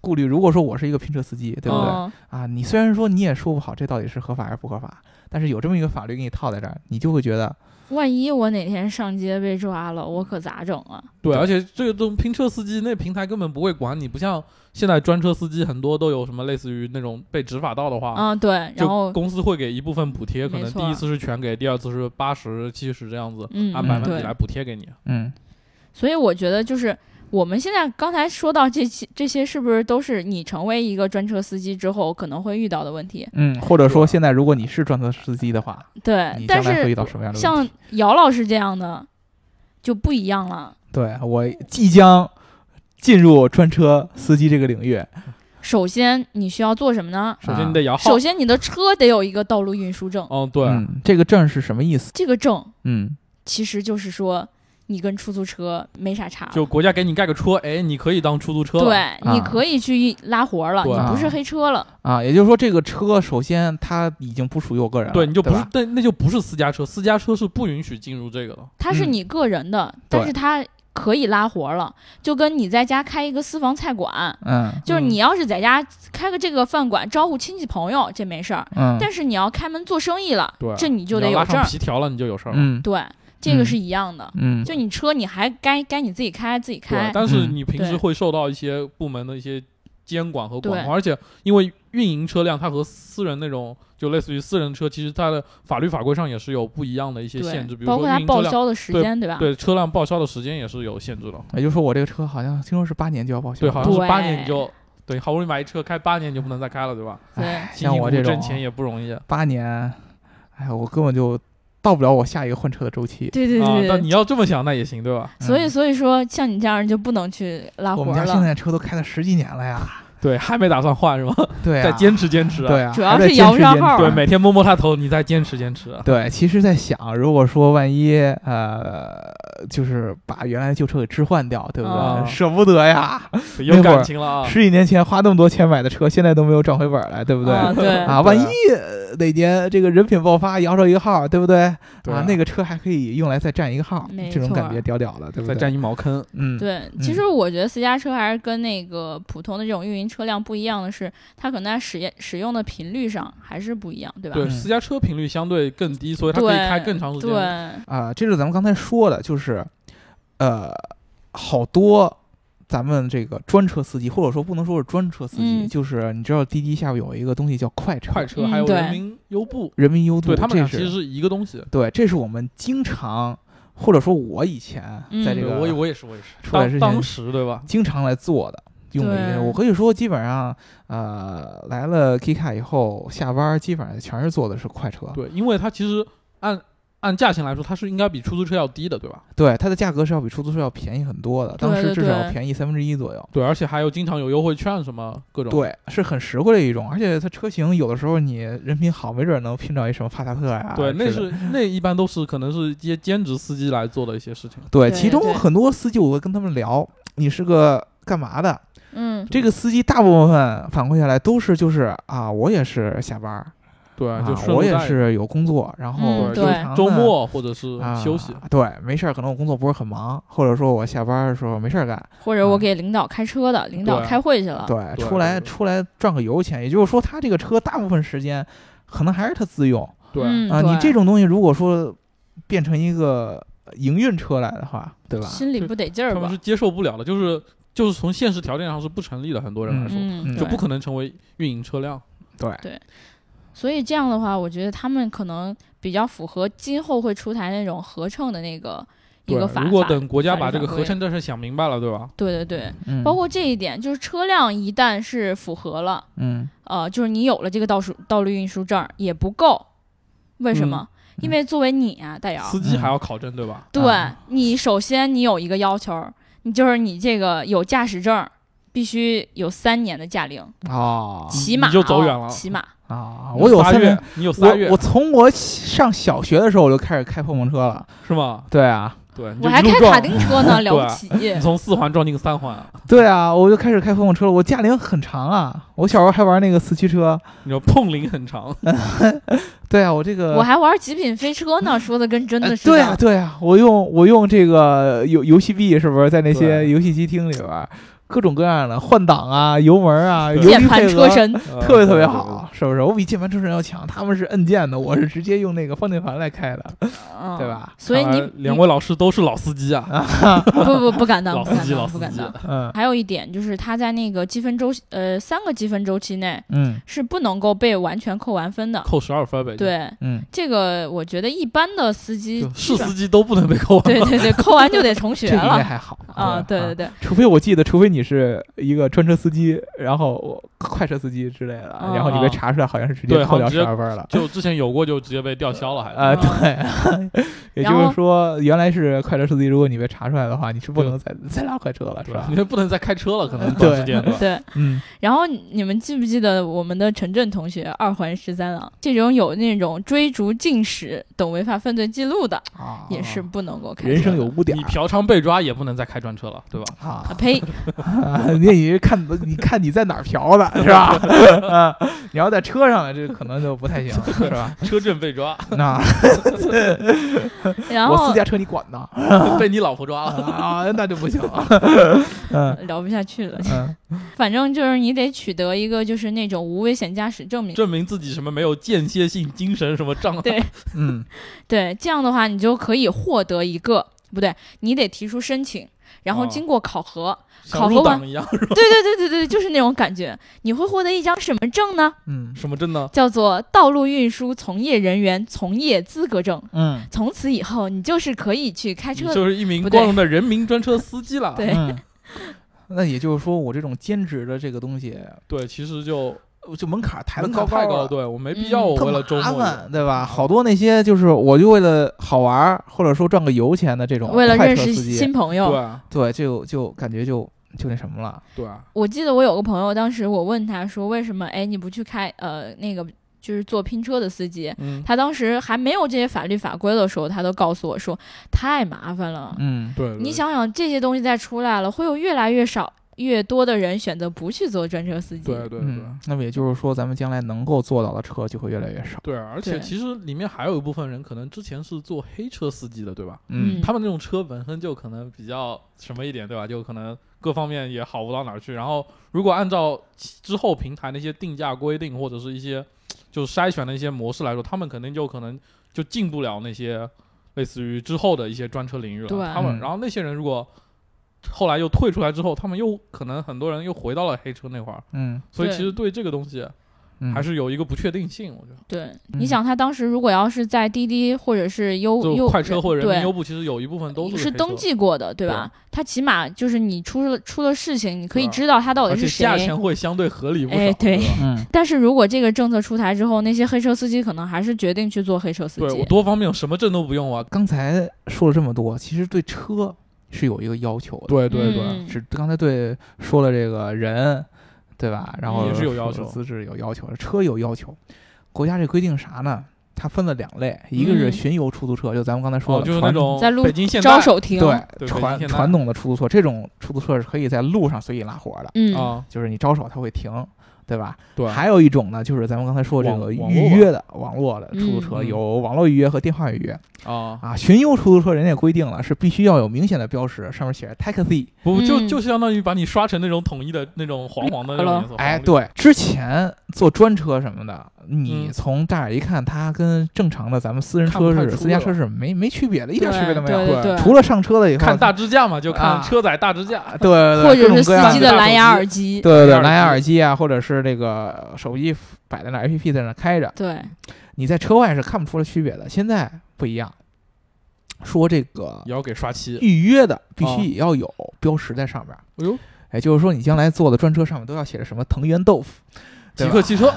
Speaker 2: 顾虑，如果说我是一个拼车司机，对不对、
Speaker 1: 嗯
Speaker 2: 啊？你虽然说你也说不好这到底是合法还是不合法，但是有这么一个法律给你套在这儿，你就会觉得
Speaker 1: 万一我哪天上街被抓了，我可咋整啊？
Speaker 3: 对，
Speaker 2: 对
Speaker 3: 而且这个东拼车司机那平台根本不会管你，不像现在专车司机很多都有什么类似于那种被执法到的话，
Speaker 2: 啊
Speaker 1: 嗯，对，然
Speaker 3: 就
Speaker 1: 后
Speaker 3: 公司会给一部分补贴，可
Speaker 1: 没
Speaker 3: 能
Speaker 1: 错
Speaker 3: 第一次是全给，第二次是八十、七十这样子，
Speaker 1: 嗯
Speaker 3: 按
Speaker 2: 嗯
Speaker 3: 百分
Speaker 1: 对
Speaker 3: 比来补贴给你。
Speaker 2: 嗯，
Speaker 1: 所以我觉得就是我们现在刚才说到这些，这些是不是都是你成为一个专车司机之后可能会遇到的问题？
Speaker 2: 嗯，或者说现在如果你是专车司机的话，
Speaker 1: 对
Speaker 2: 你，
Speaker 1: 呃但
Speaker 2: 将来会遇
Speaker 1: 是
Speaker 2: 到什么样的问
Speaker 1: 像
Speaker 2: 题？
Speaker 1: 姚老师这样的就不一样了，
Speaker 2: 对我即将进入专车司机这个领域，
Speaker 1: 首先你需要做什么呢？
Speaker 3: 首先你得摇号
Speaker 1: 首，先，你的车得有一个道路运输证，
Speaker 3: 嗯，对，
Speaker 2: 嗯，这个证是什么意思？
Speaker 1: 这个证
Speaker 2: 嗯，
Speaker 1: 其实就是说你跟出租车没啥差了。
Speaker 3: 就国家给你盖个戳，哎，你可以当出租车了。啊
Speaker 1: 对，你可以去拉活儿了，
Speaker 3: 对
Speaker 1: 你不是黑车了。
Speaker 2: 啊，也就是说这个车首先它已经不属于我个人了，
Speaker 3: 对，你就不是
Speaker 2: 吧，
Speaker 3: 那那就不是私家车，私家车是不允许进入这个的。
Speaker 1: 它是
Speaker 2: 嗯
Speaker 1: 你个人的，但
Speaker 2: 对
Speaker 1: 是它可以拉活儿了，就跟你在家开一个私房菜馆，
Speaker 2: 嗯
Speaker 1: 就是
Speaker 3: 嗯
Speaker 1: 你要是在家开个这个饭馆招呼亲戚朋友，这没事儿，
Speaker 2: 嗯
Speaker 1: 但是你要开门做生意了
Speaker 3: 对，
Speaker 1: 这你就得
Speaker 3: 你
Speaker 1: 有
Speaker 3: 要拉
Speaker 1: 证
Speaker 3: 上
Speaker 1: 儿。
Speaker 3: 皮条了，你就有事儿了。
Speaker 2: 嗯
Speaker 1: 对，这个
Speaker 2: 嗯
Speaker 1: 是一样的。
Speaker 2: 嗯，
Speaker 1: 就你车，你还该该你自己开自己
Speaker 3: 对
Speaker 1: 开，。
Speaker 3: 但是
Speaker 2: 嗯
Speaker 3: 你平时
Speaker 1: 对
Speaker 3: 会受到一些部门的一些监管和管
Speaker 1: 对
Speaker 3: 控，而且因为运营车辆，它和私人那种就类似于私人车，其实它的法律法规上也是有不一样的一些限制，
Speaker 1: 对，
Speaker 3: 比如
Speaker 1: 包
Speaker 3: 说
Speaker 1: 括它
Speaker 3: 运营车
Speaker 1: 报
Speaker 3: 辆
Speaker 1: 销的时
Speaker 3: 对
Speaker 1: 间，对吧？
Speaker 3: 对车辆报销的时间也是有限制的。
Speaker 2: 也就是说我这个车好像听说是八年就要报销
Speaker 3: 对，
Speaker 2: 了，
Speaker 3: 好像是八
Speaker 1: 对
Speaker 3: 年你就对，好不容易买一车，开八年你就不能再开了，对吧？
Speaker 1: 对
Speaker 2: 哎
Speaker 3: 辛
Speaker 2: 像
Speaker 3: 辛
Speaker 2: 我
Speaker 3: 苦
Speaker 2: 这
Speaker 3: 苦
Speaker 2: 种
Speaker 3: 挣钱也不容易啊。
Speaker 2: 八年，哎，我根本就到不了我下一个换车的周期。
Speaker 1: 对对对
Speaker 3: 但
Speaker 1: 对。
Speaker 3: 啊你要这么想，那也行，对吧？
Speaker 1: 所以
Speaker 2: 嗯
Speaker 1: 所以说，像你这样人就不能去拉
Speaker 2: 我
Speaker 1: 活
Speaker 2: 们家
Speaker 1: 儿
Speaker 2: 现
Speaker 1: 了。
Speaker 2: 在车都开了十几年了呀，
Speaker 3: 对，还没打算换是吧？
Speaker 2: 对啊，
Speaker 3: 再坚持坚持啊。
Speaker 2: 对啊，
Speaker 1: 主要
Speaker 2: 还在
Speaker 1: 是摇不
Speaker 2: 坚持
Speaker 1: 上
Speaker 2: 坚
Speaker 1: 号
Speaker 2: 持
Speaker 1: 儿
Speaker 3: 对，每天摸摸他头，你再坚持坚持啊。
Speaker 2: 对，其实，在想，如果说万一呃，就是把原来的旧车给置换掉，对不对？
Speaker 1: 哦
Speaker 3: 啊
Speaker 2: 舍不得呀，
Speaker 3: 有
Speaker 2: 那会儿
Speaker 3: 感情了啊。
Speaker 2: 十几年前花那么多钱买的车，现在都没有赚回本儿来，对不对？
Speaker 1: 啊，对
Speaker 2: 啊，万一呃哪年这个人品爆发，摇着一个号，对不对？
Speaker 3: 对
Speaker 2: 啊，那个车还可以用来再占一个号，
Speaker 1: 没
Speaker 2: 这种感
Speaker 1: 错
Speaker 2: 觉屌屌的，对不
Speaker 3: 再
Speaker 2: 对？
Speaker 3: 占一茅坑，
Speaker 2: 嗯，
Speaker 1: 对，其
Speaker 2: 嗯
Speaker 1: 实我觉得私家车还是跟那个普通的这种运营车辆不一样的是，它可能在使用使用的频率上还是不一样，对吧？
Speaker 3: 对，
Speaker 2: 嗯
Speaker 3: 私家车频率相对更低，所以它可以
Speaker 1: 对
Speaker 3: 开更长时间。
Speaker 1: 对
Speaker 2: 啊、这是咱们刚才说的，就是，呃，好多咱们这个专车司机，或者说不能说是专车司机，
Speaker 1: 嗯
Speaker 2: 就是你知道滴滴下边有一个东西叫快车，
Speaker 3: 快车
Speaker 1: 嗯
Speaker 3: 还有
Speaker 1: 对
Speaker 3: 人民优步，
Speaker 2: 人民优度，
Speaker 3: 对他们
Speaker 2: 嗯这
Speaker 3: 俩其实
Speaker 2: 是
Speaker 3: 是一个东西。
Speaker 2: 对，这是我们经常或者说我以前在
Speaker 1: 嗯
Speaker 2: 这
Speaker 3: 对，
Speaker 2: 个、
Speaker 3: 我也我也是我也是，
Speaker 2: 出来之
Speaker 3: 当
Speaker 2: 前
Speaker 3: 当时对吧？
Speaker 2: 经常来做的。用的一些，
Speaker 1: 对
Speaker 2: 我可以说基本上，呃，来了 K 卡以后，下班基本上全是坐的是快车，
Speaker 3: 对，因为它其实按按价钱来说，它是应该比出租车要低的，对吧？
Speaker 2: 对，它的价格是要比出租车要便宜很多的，当
Speaker 1: 对
Speaker 2: 时
Speaker 1: 对
Speaker 2: 至少
Speaker 1: 对
Speaker 2: 便宜三分之一左右。
Speaker 3: 对，而且还有经常有优惠券什么各种。
Speaker 2: 对，是很实惠的一种，而且它车型有的时候你人品好，没准能拼到一什么帕萨特呀、
Speaker 3: 对，
Speaker 2: 之
Speaker 3: 那
Speaker 2: 类
Speaker 3: 是
Speaker 2: 啊的
Speaker 3: 那一般都是可能是一些兼职司机来做的一些事情。
Speaker 2: 对。
Speaker 1: 对
Speaker 2: 其中
Speaker 1: 对
Speaker 2: 很多司机我会跟他们聊，你是个干嘛的？
Speaker 1: 嗯，
Speaker 2: 这个司机大部分反馈下来都是就是啊，我也是下班儿，
Speaker 3: 对，就
Speaker 2: 啊
Speaker 3: 顺路
Speaker 2: 我也
Speaker 3: 带
Speaker 2: 是有工作，然后
Speaker 1: 嗯
Speaker 2: 周
Speaker 1: 对
Speaker 2: 长
Speaker 3: 周
Speaker 2: 呢
Speaker 3: 末或者是
Speaker 2: 啊
Speaker 3: 休息。
Speaker 2: 对，没事儿，可能我工作不是很忙，或者说我下班儿的时候没事儿干，
Speaker 1: 或者我
Speaker 2: 嗯
Speaker 1: 给领导开车的，领导
Speaker 3: 对
Speaker 1: 开会去了，
Speaker 2: 对，
Speaker 3: 啊对
Speaker 2: 出来
Speaker 3: 对对
Speaker 2: 出来赚个油钱，也就是说他这个车大部分时间可能还是他自用。
Speaker 3: 对，
Speaker 1: 嗯
Speaker 2: 啊，
Speaker 1: 对
Speaker 2: 你这种东西如果说变成一个营运车来的话，对吧？
Speaker 1: 心里不得劲儿
Speaker 3: 他们
Speaker 1: 吧
Speaker 3: 是？接受不了的，就是就是从现实条件上是不成立的，很多人来说、
Speaker 1: 嗯，
Speaker 2: 嗯
Speaker 3: 就
Speaker 1: 对
Speaker 3: 不可能成为运营车辆。
Speaker 2: 对，
Speaker 1: 对所以这样的话，我觉得他们可能比较符合今后会出台那种合乘的那个一
Speaker 3: 对
Speaker 1: 个，法
Speaker 3: 如果
Speaker 1: 法
Speaker 3: 等国家
Speaker 1: 法律
Speaker 3: 把这
Speaker 1: 法
Speaker 3: 个
Speaker 1: 规
Speaker 3: 合成这事想明白了，对吧？
Speaker 1: 对对对，
Speaker 2: 嗯
Speaker 1: 包括这一点，就是车辆一旦是符合了，
Speaker 2: 嗯
Speaker 1: 呃，就是你有了这个道数道路运输证儿也不够，为什么？因为作为你啊，大姚，
Speaker 3: 嗯司机还要考证，对吧？
Speaker 1: 对
Speaker 2: 啊
Speaker 1: 你首先你有一个要求儿，你就是你这个有驾驶证儿，必须有三年的驾龄，
Speaker 2: 啊
Speaker 1: 起码
Speaker 3: 你就走
Speaker 1: 哦
Speaker 3: 远了
Speaker 1: 起码
Speaker 2: 啊！
Speaker 3: 你
Speaker 2: 我有
Speaker 3: 仨
Speaker 2: 三
Speaker 3: 月
Speaker 2: 年，，
Speaker 3: 嗯你有仨月
Speaker 2: 我我从我上小学的时候我就开始开碰碰车了。
Speaker 3: 是吗？
Speaker 2: 对啊，
Speaker 3: 对，你
Speaker 1: 我
Speaker 3: 就
Speaker 1: 还
Speaker 3: 一路啊
Speaker 1: 开
Speaker 3: 撞
Speaker 1: 卡丁车 呢，了不起。
Speaker 3: 你从四环撞进三环，
Speaker 2: 对啊，我就开始开碰碰车了。我驾龄很长啊，我小时候还玩那个四驱车。
Speaker 3: 你说碰铃很长，
Speaker 2: 对啊，我这个
Speaker 1: 我还玩极品飞车呢，说的跟真
Speaker 2: 呃
Speaker 3: 哎
Speaker 1: 的似的。
Speaker 2: 对啊，对啊，我用我用这个游游戏币是不是在那些
Speaker 3: 对
Speaker 2: 游戏机厅里边儿，各种各样的换挡啊、油门啊、油
Speaker 3: 对
Speaker 2: 门
Speaker 1: 键盘车神，
Speaker 3: 特
Speaker 2: 特别特别好，是不是？我比键盘车神要强，他们是按键的，我是直接用那个方向盘来开的，
Speaker 1: 嗯
Speaker 2: 对吧？
Speaker 1: 所以你
Speaker 3: 两位老师都是老司机啊，
Speaker 1: 不不不敢当，
Speaker 3: 老
Speaker 1: 不敢
Speaker 3: 司机老
Speaker 1: 当，不
Speaker 3: 司
Speaker 1: 敢
Speaker 3: 机
Speaker 1: 当。
Speaker 2: 嗯
Speaker 1: 还有一点就是，它在那个积分周期，呃，三个积分周期内
Speaker 2: 嗯
Speaker 1: 是不能够被完全扣完分的。
Speaker 3: 扣十二分呗。，
Speaker 1: 对，
Speaker 2: 嗯，
Speaker 1: 这个我觉得一般的司机基
Speaker 3: 是
Speaker 1: 本
Speaker 3: 司机都不能被扣完。啊
Speaker 1: 对对对，扣完就得重
Speaker 2: 这
Speaker 1: 学
Speaker 2: 个应该
Speaker 1: 了。
Speaker 2: 还好嗯
Speaker 1: 啊，对对，对，
Speaker 2: 除非我记得，除非你是一个专车司机，然后快车司机之类的，
Speaker 1: 嗯
Speaker 2: 然后你被查出来好像是直接
Speaker 3: 对
Speaker 2: 扣掉
Speaker 3: 好像直
Speaker 2: 十
Speaker 3: 接
Speaker 2: 二分了。
Speaker 3: 就之前有过，就直接被吊销了，还
Speaker 2: 呃，
Speaker 1: 嗯
Speaker 2: 对，也
Speaker 1: 然
Speaker 2: 就
Speaker 1: 后
Speaker 2: 是说，原来是快车司机，如果你被查出来的话，你是不
Speaker 3: 对
Speaker 2: 能再再拉快车了，是
Speaker 3: 对吧
Speaker 2: 吧？
Speaker 3: 你就不能再开车了，可能短时间对吧？
Speaker 1: 对。
Speaker 2: 嗯
Speaker 1: 然后你们记不记得我们的陈震同学二环十三郎这种有那种追逐进食等违法犯罪记录的，
Speaker 2: 啊，
Speaker 1: 也是不能够开车的。
Speaker 2: 人生有污点
Speaker 3: 你嫖娼被抓也不能再开专车了，对吧？
Speaker 1: 啊
Speaker 2: 啊，
Speaker 1: 呸！
Speaker 2: 你也看你看你在哪儿嫖的是吧？ 啊，你要在车上，这可能就不太行，是 吧？
Speaker 3: 车震被 抓，
Speaker 2: 那
Speaker 1: 然
Speaker 2: 我
Speaker 1: 后
Speaker 2: 私家车你管呢？
Speaker 3: 被你老婆抓了。
Speaker 2: 啊，那就不行。 嗯
Speaker 1: 聊不下去了，
Speaker 2: 嗯
Speaker 1: 反正就是你得取得一个就是那种无危险驾驶证明。
Speaker 3: 证明自己什么没有间歇性精神什么障碍，
Speaker 1: 对
Speaker 2: 嗯
Speaker 1: 对，这样的话你就可以获得一个，不对，你得提出申请，然后
Speaker 3: 哦
Speaker 1: 经过考核。
Speaker 3: 像入党一样， 是
Speaker 1: 对
Speaker 3: 吧
Speaker 1: 对对对对，就是那种感觉。你会获得一张什么证呢？
Speaker 2: 嗯
Speaker 3: 什么证呢？
Speaker 1: 叫做道路运输从业人员从业资格证。
Speaker 2: 嗯
Speaker 1: 从此以后，你就是可以去开
Speaker 3: 你
Speaker 1: 车的。
Speaker 3: 就是一名
Speaker 1: 不对
Speaker 3: 光荣的人民专车司机了。
Speaker 1: 对
Speaker 2: 嗯。那也就是说，我这种兼职的这个东西，呃
Speaker 3: 对，其实就
Speaker 2: 就门槛抬得
Speaker 3: 门
Speaker 2: 高
Speaker 3: 槛太
Speaker 2: 了
Speaker 3: 高，对我没必要，
Speaker 1: 嗯
Speaker 3: 我
Speaker 2: 特
Speaker 3: 为了周
Speaker 2: 麻
Speaker 3: 末
Speaker 2: 烦，对吧？好多那些就是我就为了好玩儿，或者说赚个油钱的这种
Speaker 1: 为了
Speaker 2: 快
Speaker 1: 认
Speaker 2: 车
Speaker 1: 识
Speaker 2: 司机
Speaker 1: 新朋
Speaker 3: 对
Speaker 1: 友，
Speaker 3: 啊
Speaker 2: 对，就就感觉就就那什么了，
Speaker 3: 对啊，
Speaker 1: 我记得我有个朋友，当时我问他说：“为什么哎你不去开呃那个就是坐拼车的司机？”
Speaker 3: 嗯，
Speaker 1: 他当时还没有这些法律法规的时候，他都告诉我说：“太麻烦了，
Speaker 2: 嗯，
Speaker 3: 对，对
Speaker 1: 你，想想这些东西再出来了，会有越来越少、越多的人选择不去做专车司机。
Speaker 3: 对对对对
Speaker 2: 嗯，那么也就是说，咱们将来能够做到的车就会越来越少。
Speaker 3: 对啊，而且
Speaker 1: 对
Speaker 3: 其实里面还有一部分人可能之前是做黑车司机的，对吧？
Speaker 1: 嗯
Speaker 3: 他们那种车本身就可能比较什么一点，对吧？就可能各方面也好不到哪儿去。然后如果按照其之后平台那些定价规定或者是一些就是筛选的一些模式来说，他们肯定就可能就进不了那些类似于之后的一些专车领域了。
Speaker 1: 对
Speaker 3: 他
Speaker 2: 嗯
Speaker 3: 们然后那些人如果后来又退出来之后，他们又可能很多人又回到了黑车那块儿，
Speaker 2: 嗯，
Speaker 3: 所以
Speaker 1: 对
Speaker 3: 其实对这个东西
Speaker 2: 嗯
Speaker 3: 还是有一个不确定性，我觉得。
Speaker 1: 对，
Speaker 2: 嗯
Speaker 1: 你想他当时如果要是在滴滴或者是优
Speaker 3: 就
Speaker 1: 优
Speaker 3: 快车或者人民
Speaker 1: 对
Speaker 3: 优步，其实有一部分都
Speaker 1: 是
Speaker 3: 是黑车
Speaker 1: 登，记过的，对吧？他起码就是你出了出了事情，你可以
Speaker 3: 对啊
Speaker 1: 知道他到
Speaker 3: 而
Speaker 1: 底
Speaker 3: 且
Speaker 1: 是
Speaker 3: 价
Speaker 1: 谁
Speaker 3: 钱。会相对合理不少。
Speaker 1: 哎对
Speaker 3: 吧
Speaker 2: 嗯
Speaker 1: 但是如果这个政策出台之后，那些黑车司机可能还是决定去做黑车司
Speaker 3: 对我
Speaker 1: 机。
Speaker 3: 多方面什么证都不用啊。
Speaker 2: 刚才说了这么多，其实对车是有一个要求的，
Speaker 3: 对对对，
Speaker 1: 嗯
Speaker 2: 是刚才对说了这个人，对吧？然后
Speaker 1: 也
Speaker 3: 是有要求
Speaker 2: 资质有要求，车有要求。国家这规定啥呢？它分了两类，一个是
Speaker 1: 嗯
Speaker 2: 巡游出租车，就咱们刚才说
Speaker 3: 哦，
Speaker 2: 的，
Speaker 3: 就是那
Speaker 2: 传
Speaker 3: 种
Speaker 1: 在路
Speaker 3: 北京现代啊
Speaker 1: 招手停，
Speaker 2: 对
Speaker 3: 对北京
Speaker 2: 传
Speaker 3: 现代
Speaker 2: 传统的出租车，这种出租车是可以在路上随意拉活的，
Speaker 1: 嗯，
Speaker 3: 啊，
Speaker 2: 就是你招手它会停，对吧？
Speaker 3: 对，
Speaker 2: 还有一种呢，就是咱们刚才说这
Speaker 3: 网
Speaker 2: 个
Speaker 3: 网络
Speaker 2: 预约的网络的出租
Speaker 1: 嗯
Speaker 2: 车，
Speaker 3: 嗯
Speaker 2: 有网络预约和电话预约
Speaker 3: 啊，
Speaker 2: 啊。巡游出租车人家也规定了，是必须要有明显的标识，上面写着 taxi。
Speaker 3: 不就
Speaker 1: 嗯
Speaker 3: 就相当于把你刷成那种统一的那种黄黄的那种颜色。
Speaker 2: 哎，
Speaker 3: 黄绿，
Speaker 2: 对，之前坐专车什么的，你
Speaker 3: 嗯
Speaker 2: 从乍一看，它跟正常的咱们私人
Speaker 3: 看不
Speaker 2: 车
Speaker 3: 太
Speaker 2: 是
Speaker 3: 出
Speaker 2: 私家
Speaker 3: 了
Speaker 2: 车是没没区别的，一点区别都没有。
Speaker 1: 对对
Speaker 3: 对
Speaker 1: 对，
Speaker 2: 除了上车了以后，
Speaker 3: 看大支架嘛，就看
Speaker 2: 啊
Speaker 3: 车载大支架。
Speaker 2: 对对对
Speaker 1: 或者
Speaker 2: 各
Speaker 1: 是
Speaker 2: 种各样
Speaker 1: 司机
Speaker 3: 的
Speaker 1: 的蓝牙耳机，
Speaker 2: 对对对，蓝
Speaker 3: 蓝牙
Speaker 2: 牙
Speaker 3: 耳
Speaker 2: 耳机啊，或者是这个手机摆在那 APP 在那开着，
Speaker 1: 对，
Speaker 2: 你在车外是看不出来区别的。现在不一样，说这个
Speaker 3: 也要给刷漆。
Speaker 2: 预约的必
Speaker 3: 哦
Speaker 2: 须也要有标识在上面，
Speaker 3: 哎呦，
Speaker 2: 也就是说你将来坐的专车上面都要写着什么藤原豆腐，
Speaker 3: 极
Speaker 2: 对
Speaker 3: 客
Speaker 2: 吧？
Speaker 3: 汽车，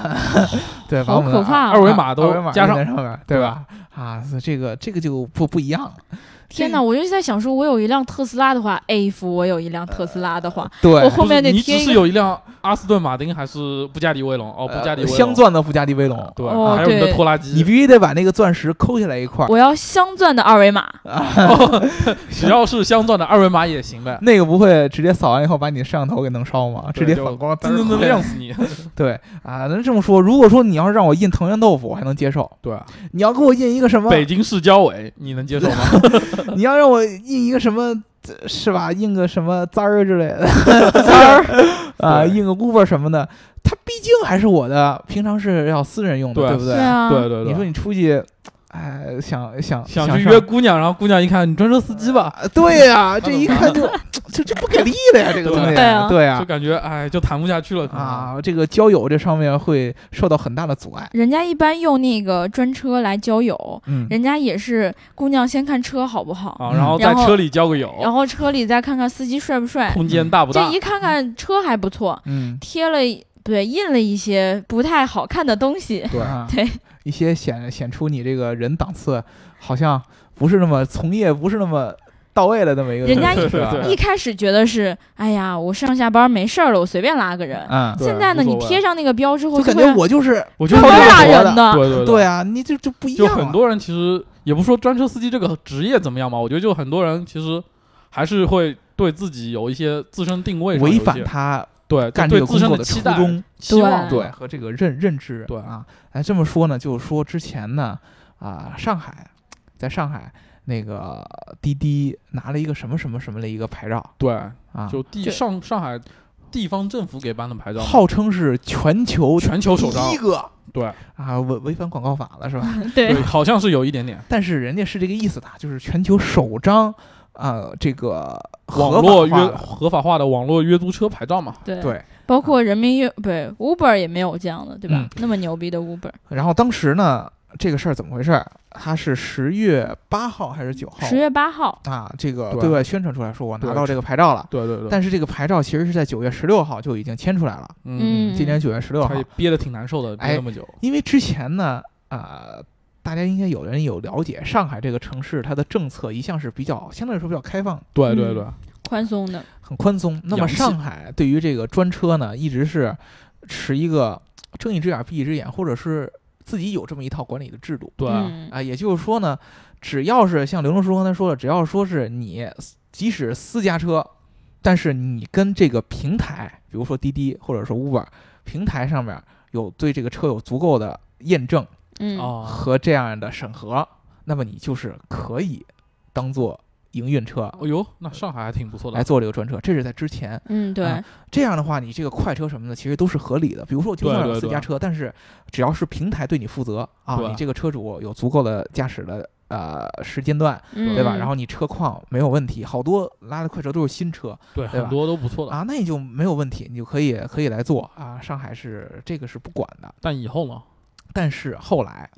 Speaker 2: 对，把
Speaker 1: 好
Speaker 2: 我们的
Speaker 1: 可怕啊
Speaker 3: 二维码都
Speaker 2: 二维码
Speaker 3: 加上
Speaker 2: 印在上面，对吧？啊，所以这个这个就不不一样了。
Speaker 3: 嗯
Speaker 1: 天哪！我就在想说，我有一辆特斯拉的话，A 服我有一辆特斯拉的话，
Speaker 2: 对，
Speaker 1: 我后面得
Speaker 3: 不是你
Speaker 1: 贴
Speaker 3: 只
Speaker 1: 一
Speaker 3: 是
Speaker 1: 个
Speaker 3: 有一辆阿斯顿马丁还是布加迪威龙？哦，布加迪
Speaker 2: 呃
Speaker 3: 威龙
Speaker 2: 镶，钻的布加迪威龙，
Speaker 3: 对，
Speaker 1: 哦
Speaker 3: 还有你的
Speaker 1: 对
Speaker 3: 拖拉机，
Speaker 2: 你必须得把那个钻石抠下来一
Speaker 3: 呃
Speaker 2: 块儿。
Speaker 1: 我要镶钻的二维码。
Speaker 3: 只要是镶钻的二维码也行呗，
Speaker 2: 那个不会直接扫完以后把你摄像头给弄烧吗？直接反光，
Speaker 3: 真的能亮死你。
Speaker 2: 对啊，那这么说，如果说你要是让我印藤原豆腐，我还能接受。
Speaker 3: 对，
Speaker 2: 你要给我印一个什么？
Speaker 3: 北京市交委，你能接受吗？
Speaker 2: 你要让我印一个什么，呃是吧？印个什么簪儿之类 的，啊，
Speaker 3: 对
Speaker 2: 印个 Uber 什么的，它毕竟还是我的，平常是要私人用的，
Speaker 3: 对
Speaker 2: 对不对？
Speaker 1: 啊，
Speaker 3: 对对
Speaker 2: 你说
Speaker 3: 对，
Speaker 2: 你出去，哎，想想
Speaker 3: 想去
Speaker 2: 上
Speaker 3: 约姑娘，然后姑娘一看你专车司机吧，
Speaker 2: 啊对呀、 这
Speaker 3: 怎么
Speaker 2: 一看就就这不给力的呀，这个东西，
Speaker 1: 对啊
Speaker 2: 对呀、
Speaker 3: 就感觉哎，就谈不下去了。可能，
Speaker 2: 啊，这个交友这上面会受到很大的阻碍。
Speaker 1: 人家一般用那个专车来交友，
Speaker 2: 嗯，
Speaker 1: 人家也是姑娘先看车好不好，
Speaker 3: 啊，然后
Speaker 1: 嗯然
Speaker 3: 在
Speaker 1: 后
Speaker 3: 车里交个
Speaker 1: 然
Speaker 3: 友，
Speaker 1: 后车里再看看司机帅不帅。
Speaker 3: 空间大不
Speaker 1: 这
Speaker 3: 大
Speaker 1: 一？看看车还不错，
Speaker 2: 嗯，
Speaker 1: 贴了不对，印了一些不太好看的东西。
Speaker 3: 对
Speaker 2: 啊
Speaker 1: 对
Speaker 2: 一些显显出你这个人档次好像不是那么从业，不是那么到位的那么一个
Speaker 1: 人
Speaker 2: 东西，
Speaker 1: 家一
Speaker 2: 是
Speaker 3: 啊
Speaker 2: 吧
Speaker 1: 一开始觉得是，哎呀，我上下班没事儿了，我随便拉个人。
Speaker 2: 嗯，
Speaker 3: 对
Speaker 1: 现在呢，
Speaker 3: 无
Speaker 1: 你
Speaker 3: 所谓
Speaker 1: 贴上那个标之后，
Speaker 2: 就感
Speaker 1: 会
Speaker 2: 觉我就是
Speaker 3: 我觉
Speaker 1: 专
Speaker 3: 得
Speaker 1: 门
Speaker 2: 好
Speaker 1: 拉
Speaker 2: 像
Speaker 1: 人的，
Speaker 3: 对对
Speaker 2: 对啊，你这就不一
Speaker 3: 就
Speaker 2: 样啊，
Speaker 3: 很多人其实也不说专车司机这个职业怎么样嘛，我觉得就很多人其实还是会对自己有一些自身定位上有一
Speaker 2: 违
Speaker 3: 些
Speaker 2: 反他
Speaker 3: 对
Speaker 2: 干
Speaker 3: 对
Speaker 2: 这个
Speaker 3: 自
Speaker 2: 工
Speaker 3: 身
Speaker 2: 作
Speaker 3: 的
Speaker 2: 的
Speaker 3: 期
Speaker 2: 初
Speaker 3: 待
Speaker 2: 衷，
Speaker 3: 期望
Speaker 1: 对
Speaker 2: 对和这个认认知，
Speaker 3: 对
Speaker 2: 啊，哎，这么说呢，就是说之前呢，啊、上海，在上海那个滴滴拿了一个什么什么什么的一个牌照
Speaker 3: 对，
Speaker 2: 啊，
Speaker 3: 就地
Speaker 1: 这
Speaker 3: 上上海地方政府给颁的牌照嘛，
Speaker 2: 号称是全球
Speaker 3: 全球首张
Speaker 2: 第一，个
Speaker 3: 对
Speaker 2: 啊，违违反广告法了是吧？
Speaker 1: 对
Speaker 3: 对，好像是有一点点
Speaker 2: 但是人家是这个意思的，就是全球首张，呃，这个合
Speaker 3: 网络
Speaker 2: 法化
Speaker 3: 约合法化的网络约租车牌照嘛，
Speaker 1: 对
Speaker 2: 对。
Speaker 1: 包括人民月不对 Uber 也没有这样的，对吧？那么牛逼的 Uber，
Speaker 2: 然后当时呢，这个事儿怎么回事儿？它是十月八号还是九号？
Speaker 1: 十月八号，
Speaker 2: 啊，这个
Speaker 3: 对
Speaker 2: 对外宣传出来说我拿
Speaker 3: 对
Speaker 2: 到这个牌照了，
Speaker 3: 对对对，
Speaker 2: 但是这个牌照其实是在九月十六号就已经签出来了，
Speaker 1: 嗯，
Speaker 2: 今年九月十六号
Speaker 3: 他也，憋得挺难受的，憋
Speaker 2: 哎
Speaker 3: 那么久，
Speaker 2: 因为之前呢，呃。大家应该有的人有了解，上海这个城市它的政策一向是比较相对来说比较开放、
Speaker 3: 对对
Speaker 2: 嗯
Speaker 3: 对，
Speaker 1: 宽松的，
Speaker 2: 很宽松。那么
Speaker 3: 洋气
Speaker 2: 上海对于这个专车呢，一直是持一个睁一只眼闭一只眼，或者是自己有这么一套管理的制度。
Speaker 3: 对啊，
Speaker 1: 嗯，
Speaker 2: 啊，也就是说呢，只要是像刘龙叔刚才说的，只要说是你即使私家车，但是你跟这个平台，比如说滴滴或者说 Uber 平台上面有对这个车有足够的验证
Speaker 1: 嗯，
Speaker 3: 哦，
Speaker 2: 和这样的审核，那么你就是可以当做营运车
Speaker 3: 哎呦，那上海还挺不错
Speaker 2: 来
Speaker 3: 的，
Speaker 2: 做这个专车，这是在之前。
Speaker 1: 嗯，对
Speaker 2: 啊，这样的话，你这个快车什么的其实都是合理的。比如说，我就
Speaker 3: 对
Speaker 2: 算有
Speaker 3: 对
Speaker 2: 私
Speaker 3: 对
Speaker 2: 家车，但是只要是平台对你负责啊，
Speaker 3: 对
Speaker 2: 你这个车主有足够的驾驶的呃时间段，
Speaker 1: 嗯，
Speaker 2: 对吧？然后你车况没有问题，好多拉的快车都是新车
Speaker 3: 对，
Speaker 2: 对吧
Speaker 3: 很多都不错的，
Speaker 2: 啊，那你就没有问题，你就可以可以来做啊。上海是这个是不管的，
Speaker 3: 但以后嘛，
Speaker 2: 但是后来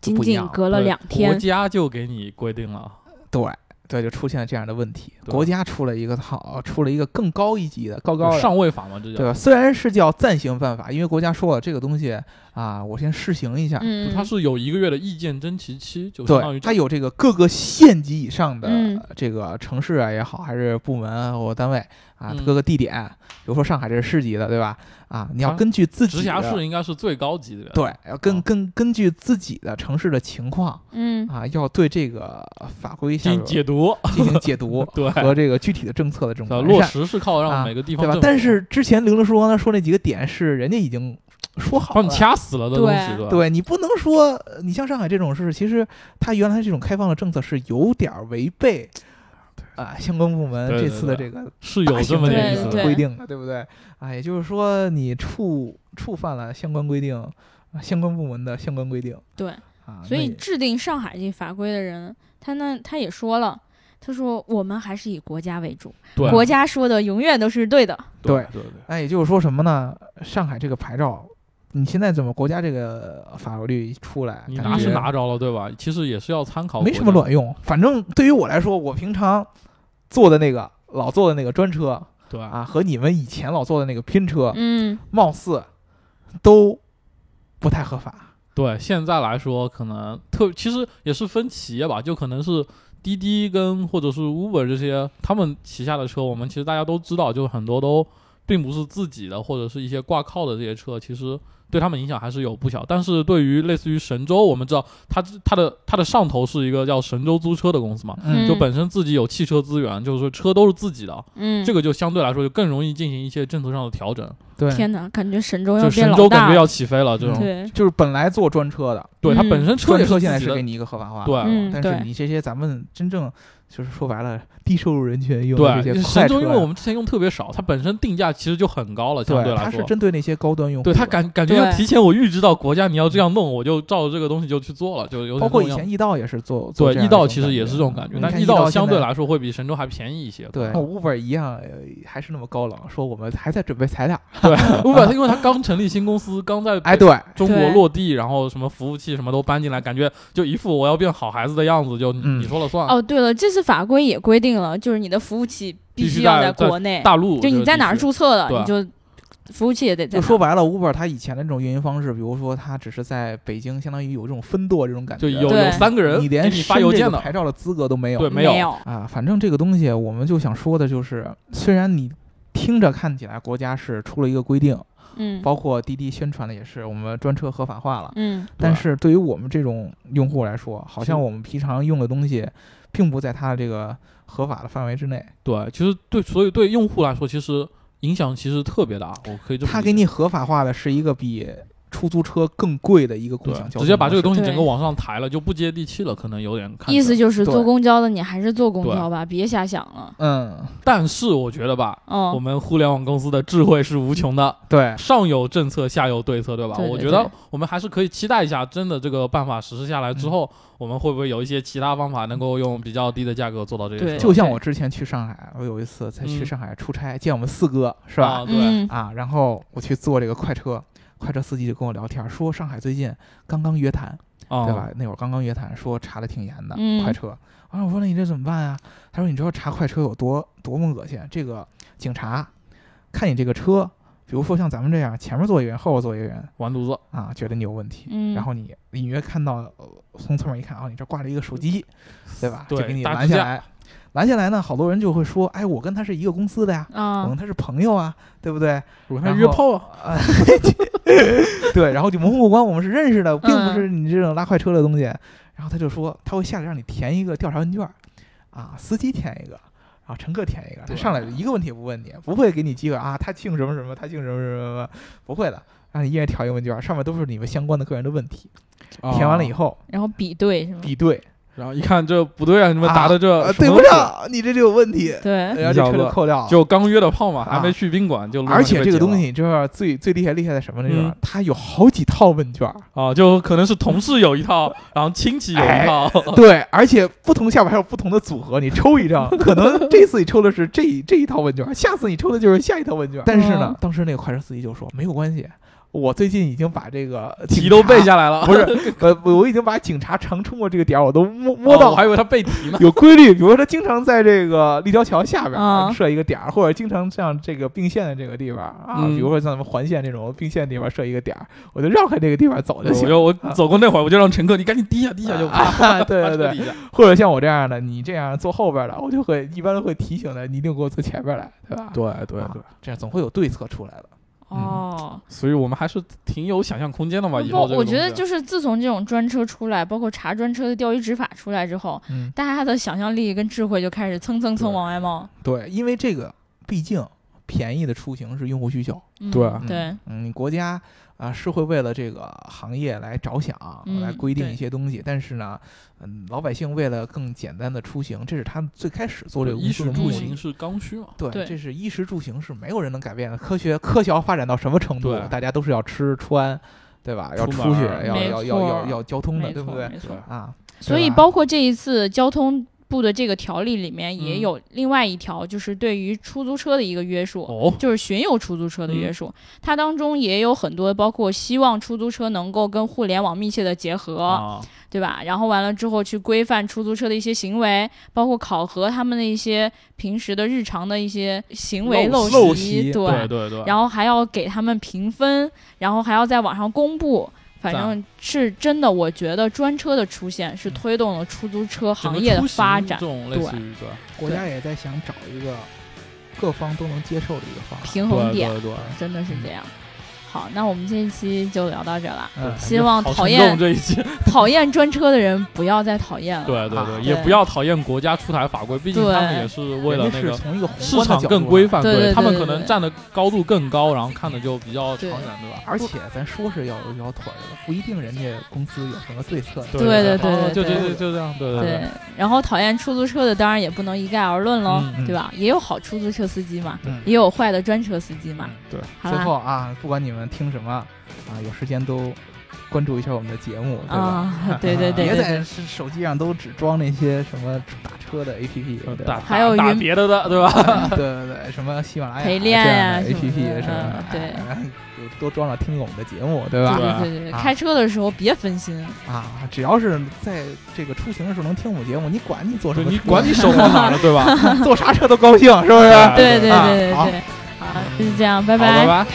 Speaker 2: 就
Speaker 1: 仅
Speaker 2: 不一
Speaker 1: 仅
Speaker 2: 样了，
Speaker 1: 隔了
Speaker 3: 对
Speaker 1: 两
Speaker 3: 国
Speaker 1: 天，
Speaker 3: 家就给你规定了，
Speaker 2: 对对，就出现了这样的问题。
Speaker 3: 对
Speaker 2: 国家出了一个套，出了一个更高一级的高高的
Speaker 3: 上位法嘛，这
Speaker 2: 对
Speaker 3: 叫，
Speaker 2: 吧？虽然是叫暂行办法，因为国家说了这个东西啊，我先试行一下。
Speaker 1: 嗯，
Speaker 3: 它是有一个月的意见征集期，就相当于
Speaker 2: 对，它有这个各个县级以上的
Speaker 1: 嗯
Speaker 2: 呃这个城市啊也好，还是部门啊或单位啊
Speaker 3: 嗯，
Speaker 2: 各个地点，比如说上海这是市级的，对吧？啊，你要
Speaker 3: 啊
Speaker 2: 根据自己
Speaker 3: 直辖
Speaker 2: 的
Speaker 3: 市应该是最高级的，
Speaker 2: 对，要
Speaker 3: 啊
Speaker 2: 根根根据自己的城市的情况
Speaker 1: 嗯，
Speaker 2: 啊，要对这个法规下
Speaker 3: 进
Speaker 2: 边
Speaker 3: 行解读，
Speaker 2: 进行解读
Speaker 3: 对，
Speaker 2: 和这个具体的政策的这种
Speaker 3: 呃
Speaker 2: 完
Speaker 3: 落
Speaker 2: 善，
Speaker 3: 实是靠让
Speaker 2: 啊
Speaker 3: 每个地方
Speaker 2: 对吧
Speaker 3: 政？府
Speaker 2: 但是之前刘律师刚才说那几个点是人家已经说好
Speaker 3: 把你
Speaker 2: 了。
Speaker 3: 掐死了的东西，
Speaker 1: 对
Speaker 3: 对吧？
Speaker 2: 对你不能说，呃你像上海这种事，其实它原来这种开放的政策是有点儿违背，啊、相关部门
Speaker 3: 对对
Speaker 2: 这次的
Speaker 3: 对
Speaker 2: 这个
Speaker 3: 是有这么点意思
Speaker 1: 对对。
Speaker 3: 的
Speaker 2: 规定的，对不对？啊，也就是说你触触犯了相关规定，相关部门的相关规定
Speaker 1: 对，
Speaker 2: 啊。
Speaker 1: 所
Speaker 2: 那
Speaker 1: 以
Speaker 2: 也
Speaker 1: 制定上海这法规的人，他那他也说了，他说我们还是以国家为主，
Speaker 3: 对
Speaker 1: 国家说的永远都是对的。
Speaker 2: 对
Speaker 3: 对对，
Speaker 2: 哎那也就是说什么呢？上海这个牌照，你现在怎么国家这个法律一出来，
Speaker 3: 你
Speaker 2: 感
Speaker 3: 拿
Speaker 2: 觉
Speaker 3: 是拿着了，对吧？其实也是要参考，
Speaker 2: 没什么卵。用。反正对于我来说，我平常坐的那个老坐的那个专车
Speaker 3: 对，
Speaker 2: 啊，和你们以前老坐的那个拼车，
Speaker 1: 嗯，
Speaker 2: 貌似都不太合法。
Speaker 3: 对，现在来说可能特其实也是分企业吧，就可能是滴滴跟或者是 Uber 这些他们旗下的车，我们其实大家都知道，就很多都并不是自己的或者是一些挂靠的这些车，其实对他们影响还是有不小。但是对于类似于神州，我们知道它它的它的上头是一个叫神州租车的公司嘛，
Speaker 1: 嗯
Speaker 3: 就本身自己有汽车资源，就是说车都是自己的，
Speaker 1: 嗯，
Speaker 3: 这个就相对来说就更容易进行一些政策上的调整。
Speaker 2: 对，
Speaker 1: 天哪，感觉神州要
Speaker 3: 就
Speaker 1: 变
Speaker 3: 神
Speaker 1: 老
Speaker 3: 州感
Speaker 1: 大
Speaker 3: 觉
Speaker 1: 了。
Speaker 3: 要起飞了，这种
Speaker 1: 对，
Speaker 2: 就是本来坐专车的，
Speaker 3: 对它
Speaker 1: 嗯
Speaker 3: 本身车
Speaker 2: 专
Speaker 3: 也是
Speaker 2: 车
Speaker 3: 自
Speaker 2: 现在
Speaker 3: 己
Speaker 2: 是
Speaker 3: 的
Speaker 2: 给，你一个合法化，
Speaker 3: 对。
Speaker 1: 嗯，
Speaker 2: 但是
Speaker 1: 对，
Speaker 2: 你这些咱们真正就是说白了，低收入人群用的这
Speaker 3: 对，
Speaker 2: 些快
Speaker 3: 神
Speaker 2: 车
Speaker 3: 州
Speaker 2: 呀，
Speaker 3: 因为我们之前用特别少，它本身定价其实就很高了，相
Speaker 2: 对
Speaker 3: 来
Speaker 2: 它是
Speaker 3: 说。
Speaker 2: 针对那些高端用户的，
Speaker 3: 对它感感觉要
Speaker 1: 对
Speaker 3: 提前我预知到国家你要这样弄，我就照着这个东西就去做了，就有点
Speaker 2: 包括
Speaker 3: 这
Speaker 2: 以
Speaker 3: 种样
Speaker 2: 前易道也是做做
Speaker 3: 对
Speaker 2: 这样
Speaker 3: 易
Speaker 2: 的
Speaker 3: 道
Speaker 2: 种
Speaker 3: 其实
Speaker 2: 感
Speaker 3: 也
Speaker 2: 觉
Speaker 3: 是这种感觉
Speaker 2: 嗯，
Speaker 3: 但
Speaker 2: 看
Speaker 3: 易
Speaker 2: 易
Speaker 3: 道
Speaker 2: 道
Speaker 3: 相
Speaker 2: 现
Speaker 3: 对
Speaker 2: 在
Speaker 3: 来说会比神州还便宜一些。
Speaker 2: 对
Speaker 3: 可能
Speaker 2: ，Uber 一样呃还是那么高冷，说我们还在准备材料，
Speaker 3: 对，Uber 它因为它刚成立新公司，刚在
Speaker 2: 哎，对，
Speaker 3: 中国
Speaker 1: 对
Speaker 3: 落地，然后什么服务器什么都搬进来，感觉就一副我要变好孩子的样子，就你
Speaker 2: 嗯
Speaker 3: 你说了算。
Speaker 1: 哦，对了，这次法规也规定了，就是你的服务器必
Speaker 3: 必须
Speaker 1: 须要
Speaker 3: 在在
Speaker 1: 国内，
Speaker 3: 大陆
Speaker 1: 就
Speaker 3: 这
Speaker 1: 你
Speaker 3: 个
Speaker 1: 在
Speaker 3: 地
Speaker 1: 哪儿
Speaker 3: 区
Speaker 1: 注册了，
Speaker 3: 对
Speaker 1: 你就服务器也得在
Speaker 2: 就
Speaker 1: 哪儿。
Speaker 2: 说白了，Uber 它以前的那种运营方式，比如说它只是在北京，相当于有这种分舵这种感
Speaker 3: 就
Speaker 2: 觉，
Speaker 3: 有
Speaker 1: 对
Speaker 3: 有三个人
Speaker 2: 你
Speaker 3: 给
Speaker 2: 连
Speaker 3: 你发
Speaker 2: 申
Speaker 3: 邮
Speaker 2: 这
Speaker 3: 件
Speaker 2: 个
Speaker 3: 的，
Speaker 2: 牌照的资格都没有，
Speaker 3: 对
Speaker 1: 没
Speaker 3: 没有
Speaker 2: 啊，反正这个东西我们就想说的就是，虽然你听着看起来国家是出了一个规定，
Speaker 1: 嗯
Speaker 2: 包括滴滴宣传的也是我们专车合法化了，
Speaker 1: 嗯，
Speaker 2: 但是对于我们这种用户来说，好像
Speaker 3: 是
Speaker 2: 我们平常用的东西，并不在它的这个合法的范围之内。
Speaker 3: 对，其实对，所以对用户来说，其实影响其实特别大。我可以这么理解，
Speaker 2: 它给你合法化的是一个比出租车更贵的一个共
Speaker 3: 对
Speaker 2: 享交通模式，
Speaker 3: 直接把这个东西
Speaker 1: 对
Speaker 3: 整个往上抬了，就不接地气了，可能有点看
Speaker 1: 意
Speaker 3: 着
Speaker 1: 思。就是坐
Speaker 2: 对
Speaker 1: 公交的你还是坐公
Speaker 3: 对
Speaker 1: 交吧，别瞎想了。
Speaker 2: 嗯，
Speaker 3: 但是我觉得吧，我
Speaker 1: 嗯，
Speaker 3: 们互联网公司的智慧是无穷的，
Speaker 2: 对，
Speaker 3: 上有政策，下有对策，对吧？
Speaker 1: 对
Speaker 3: 我
Speaker 1: 对
Speaker 3: 觉
Speaker 1: 对
Speaker 3: 得我们还是可以期待一下，真的这个办法实施下来
Speaker 2: 嗯
Speaker 3: 之后，我们会不会有一些其他方法能够用比较低的价格做到这些
Speaker 1: 对
Speaker 3: 事？
Speaker 2: 就像我之前去上海，我有一次在去
Speaker 3: 嗯
Speaker 2: 上海出差，见我们四哥是
Speaker 3: 是
Speaker 2: 吧？
Speaker 3: 啊，对，
Speaker 1: 嗯，
Speaker 2: 啊，然后我去坐这个快车，快车司机就跟我聊天，说上海最近刚刚约谈，
Speaker 3: 啊，
Speaker 2: 对吧？那会儿刚刚约谈，说查的挺严的，
Speaker 1: 嗯
Speaker 2: 快车。啊，我说那你这怎么办啊？他说你知道查快车有多多么恶心？这个警察看你这个车，比如说像咱们这样，前面坐一个人，后边坐一个人
Speaker 3: 完犊子，
Speaker 2: 啊，觉得你有问题，
Speaker 1: 嗯
Speaker 2: 然后你隐约看到呃从侧面一看啊，你这挂着一个手机，对吧？
Speaker 3: 对
Speaker 2: 就给你
Speaker 3: 打
Speaker 2: 拦
Speaker 3: 支
Speaker 2: 下
Speaker 3: 架
Speaker 2: 来。拦下来呢，好多人就会说，哎，我跟他是一个公司的呀，我
Speaker 1: 啊
Speaker 2: 跟，他是朋友啊，对不对？
Speaker 3: 我
Speaker 2: 然
Speaker 3: 看约
Speaker 2: 后
Speaker 3: 炮啊，
Speaker 2: 啊，对，然后就模糊目光，我们是认识的，并不是你这种拉快车的东西。然后他就说，他会下来让你填一个调查问卷儿，啊，司机填一个，然后乘客填一个，他
Speaker 3: 对
Speaker 2: 上来一个问题也不问你，不会给你机会啊，他姓什么什么，他姓什么什么什么，不会的，让你一人填一个问卷儿，上面都是你们相关的个人的问题，
Speaker 3: 哦
Speaker 2: 填完了以
Speaker 3: 后，
Speaker 2: 后
Speaker 1: 然后比对是吗？
Speaker 2: 比对，
Speaker 3: 然后一看这不对啊，你们答的这
Speaker 2: 啊
Speaker 3: 什
Speaker 2: 对
Speaker 3: 么
Speaker 2: 不
Speaker 3: 东西
Speaker 2: 上，你这就有问题，
Speaker 1: 对，
Speaker 2: 然后这车就扣掉了。
Speaker 3: 就刚约的炮嘛，
Speaker 2: 啊
Speaker 3: 还没去宾馆就路上
Speaker 2: 而
Speaker 3: 就
Speaker 2: 且
Speaker 3: 被
Speaker 2: 这个
Speaker 3: 截了
Speaker 2: 东西，你知道最最厉害厉害在什么地方
Speaker 3: 嗯？
Speaker 2: 它有好几套问卷儿，
Speaker 3: 啊，就可能是同事有 一套，然后亲戚有一
Speaker 2: 哎
Speaker 3: 套，
Speaker 2: 对，而且不同下边还有不同的组合，你抽一 张，可能这次你抽的是这一这一套问卷，下次你抽的就是下一套问卷。但是呢
Speaker 1: 哦，
Speaker 2: 当时那个快车司机就说没有关系，我最近已经把这个
Speaker 3: 题
Speaker 2: 警
Speaker 3: 都背
Speaker 2: 察，
Speaker 3: 下来了。
Speaker 2: 不是， 呃，我已经把警察常通过这个点儿我都摸摸
Speaker 3: 摸
Speaker 2: 到
Speaker 3: 哦到，我还以为他 背 题呢。
Speaker 2: 有规律，比如说他经常在这个立交桥下边儿
Speaker 3: 啊
Speaker 1: 嗯
Speaker 2: 设一个点儿，或者经常像这个并线的这个地方啊，
Speaker 3: 嗯
Speaker 2: 比如说像咱们环线这种并线的地方设一个点儿，我就绕开这个地方走
Speaker 3: 我
Speaker 2: 就行。
Speaker 3: 就我走过那会儿，我就让乘客你赶紧滴一下滴一下就啪
Speaker 2: 啊，对 对对
Speaker 3: 啪，滴一下
Speaker 2: 或者像我这样的，你这样坐后边的，我就会一般会提醒的，你一定给我坐前边来，对吧？
Speaker 3: 对对
Speaker 2: 啊，这样总会有对策出来的。
Speaker 1: 哦，
Speaker 3: 所以我们还是挺有想象空间的嘛。以
Speaker 1: 不，
Speaker 3: 后这个
Speaker 1: 我觉
Speaker 3: 东
Speaker 1: 得
Speaker 3: 西
Speaker 1: 就是自从这种专车出来，包括查专车的钓鱼执法出来之后，
Speaker 2: 嗯，
Speaker 1: 大家的想象力跟智慧就开始蹭蹭蹭
Speaker 3: 对
Speaker 1: 往外冒。
Speaker 2: 对，因为这个毕竟便宜的出行是用户需求，
Speaker 1: 嗯
Speaker 3: 对
Speaker 2: 嗯
Speaker 1: 对，，
Speaker 2: 嗯，国家啊、是会为了这个行业来着想，
Speaker 1: 嗯
Speaker 2: 来规定
Speaker 1: 对
Speaker 2: 一些东西，但是呢，嗯，老百姓为了更简单的出行，这是他们最开始做这个公
Speaker 3: 衣
Speaker 2: 司
Speaker 3: 食
Speaker 2: 的
Speaker 3: 住
Speaker 2: 目的
Speaker 3: 行。是刚需嘛。
Speaker 2: 对，
Speaker 1: 对
Speaker 2: 这是衣食住行是没有人能改变的。科学科学要发展到什么程度
Speaker 3: 对，
Speaker 2: 大家都是要吃穿，对吧？要
Speaker 3: 出
Speaker 2: 出
Speaker 3: 门
Speaker 2: 去，
Speaker 3: 儿
Speaker 2: 要
Speaker 1: 没
Speaker 2: 要要要
Speaker 1: 错
Speaker 2: 要交通的，
Speaker 1: 没
Speaker 2: 对不
Speaker 1: 错
Speaker 2: 对？
Speaker 1: 没错。
Speaker 2: 啊，
Speaker 1: 所以
Speaker 2: 吧
Speaker 1: 包括这一次交通部的这个条例里面也
Speaker 3: 嗯
Speaker 1: 有另外一条，就是对于出租车的一个约束。
Speaker 3: 哦，
Speaker 1: 就是巡游出租车的
Speaker 2: 嗯
Speaker 1: 约束，它当中也有很多，包括希望出租车能够跟互联网密切的结合，
Speaker 3: 啊，
Speaker 1: 对吧？然后完了之后去规范出租车的一些行为，包括考核他们的一些平时的日常的一些行为
Speaker 2: 陋
Speaker 1: 习，
Speaker 2: 陋习
Speaker 1: 对
Speaker 3: 对对对，
Speaker 1: 然后还要给他们评分，然后还要在网上公布。反
Speaker 3: 赞
Speaker 1: 正是真的，我觉得专车的出现是
Speaker 3: 嗯
Speaker 1: 推动了出租车行
Speaker 3: 整个
Speaker 1: 业的
Speaker 3: 出行
Speaker 1: 发展
Speaker 3: 这，种类
Speaker 1: 对
Speaker 3: 似于对
Speaker 2: 国家也在想找一个各方都能接受的一个方案。
Speaker 1: 平衡
Speaker 3: 对
Speaker 1: 点
Speaker 3: 对对，
Speaker 1: 真的是这样。好，那我们这一期就聊到这了。
Speaker 2: 嗯，
Speaker 1: 希望
Speaker 3: 好
Speaker 1: 讨
Speaker 3: 沉
Speaker 1: 厌
Speaker 3: 重这一期，
Speaker 1: 讨厌专车的人不要再讨厌了。
Speaker 3: 对对
Speaker 2: 啊
Speaker 3: 对，也不要讨厌国家出台法规，毕竟他们也是为了
Speaker 2: 人家
Speaker 3: 那
Speaker 2: 是
Speaker 3: 个
Speaker 2: 从一个宏
Speaker 3: 市
Speaker 2: 观的
Speaker 3: 场
Speaker 2: 角
Speaker 3: 更
Speaker 2: 度啊
Speaker 3: 规
Speaker 2: 来
Speaker 3: 范，
Speaker 1: 对对对
Speaker 3: 他们
Speaker 1: 对
Speaker 3: 可
Speaker 1: 对
Speaker 3: 能站的高度更高，然后看的就比较长
Speaker 1: 对
Speaker 3: 远，对吧？
Speaker 2: 而且咱说是要要妥协的，不一定人家公司有什么对策。
Speaker 1: 对对对
Speaker 3: 哦
Speaker 1: 对
Speaker 3: 就
Speaker 1: 对
Speaker 3: 就就就这样，对
Speaker 1: 对
Speaker 3: 对，
Speaker 1: 然后讨厌出租车的当然也不能一概而论喽，
Speaker 3: 嗯
Speaker 2: 嗯
Speaker 1: 对吧？也有好出租车司机嘛，
Speaker 2: 嗯
Speaker 1: 也有坏的专车司机嘛。
Speaker 2: 嗯
Speaker 3: 对
Speaker 1: 好
Speaker 2: 最
Speaker 1: 啦，
Speaker 2: 后啊，不管你们听什么啊，有时间都关注一下我们的节目，对吧？
Speaker 1: 啊，对对对
Speaker 2: 别
Speaker 1: 对对，
Speaker 2: 在手手机上都只装那些什么打车的 APP，
Speaker 3: 嗯
Speaker 2: 对
Speaker 3: 打
Speaker 2: 吧？
Speaker 1: 还有
Speaker 3: 打
Speaker 1: 云
Speaker 3: 别的的，对吧？
Speaker 2: 对对对，什么喜马拉雅
Speaker 1: 陪恋呀
Speaker 2: 这
Speaker 1: 什么
Speaker 2: 样的 APP
Speaker 1: 的
Speaker 2: 什么的，
Speaker 1: 嗯对
Speaker 2: 哎，就多装着听我们的节目，对吧？
Speaker 1: 对
Speaker 3: 吧
Speaker 1: 对对对，
Speaker 2: 啊
Speaker 1: 开车的时候别分心，
Speaker 2: 啊，只要是在这个出行的时候能听我们节目，你管你坐什么
Speaker 3: 对
Speaker 2: 车，
Speaker 3: 你管你 手放哪儿了，对吧？
Speaker 2: 坐啥车都高兴，是不是？
Speaker 1: 对
Speaker 3: 对
Speaker 1: 对
Speaker 2: 啊
Speaker 1: 对对
Speaker 2: 好
Speaker 1: 对，好，就是这样，拜
Speaker 3: 好拜拜。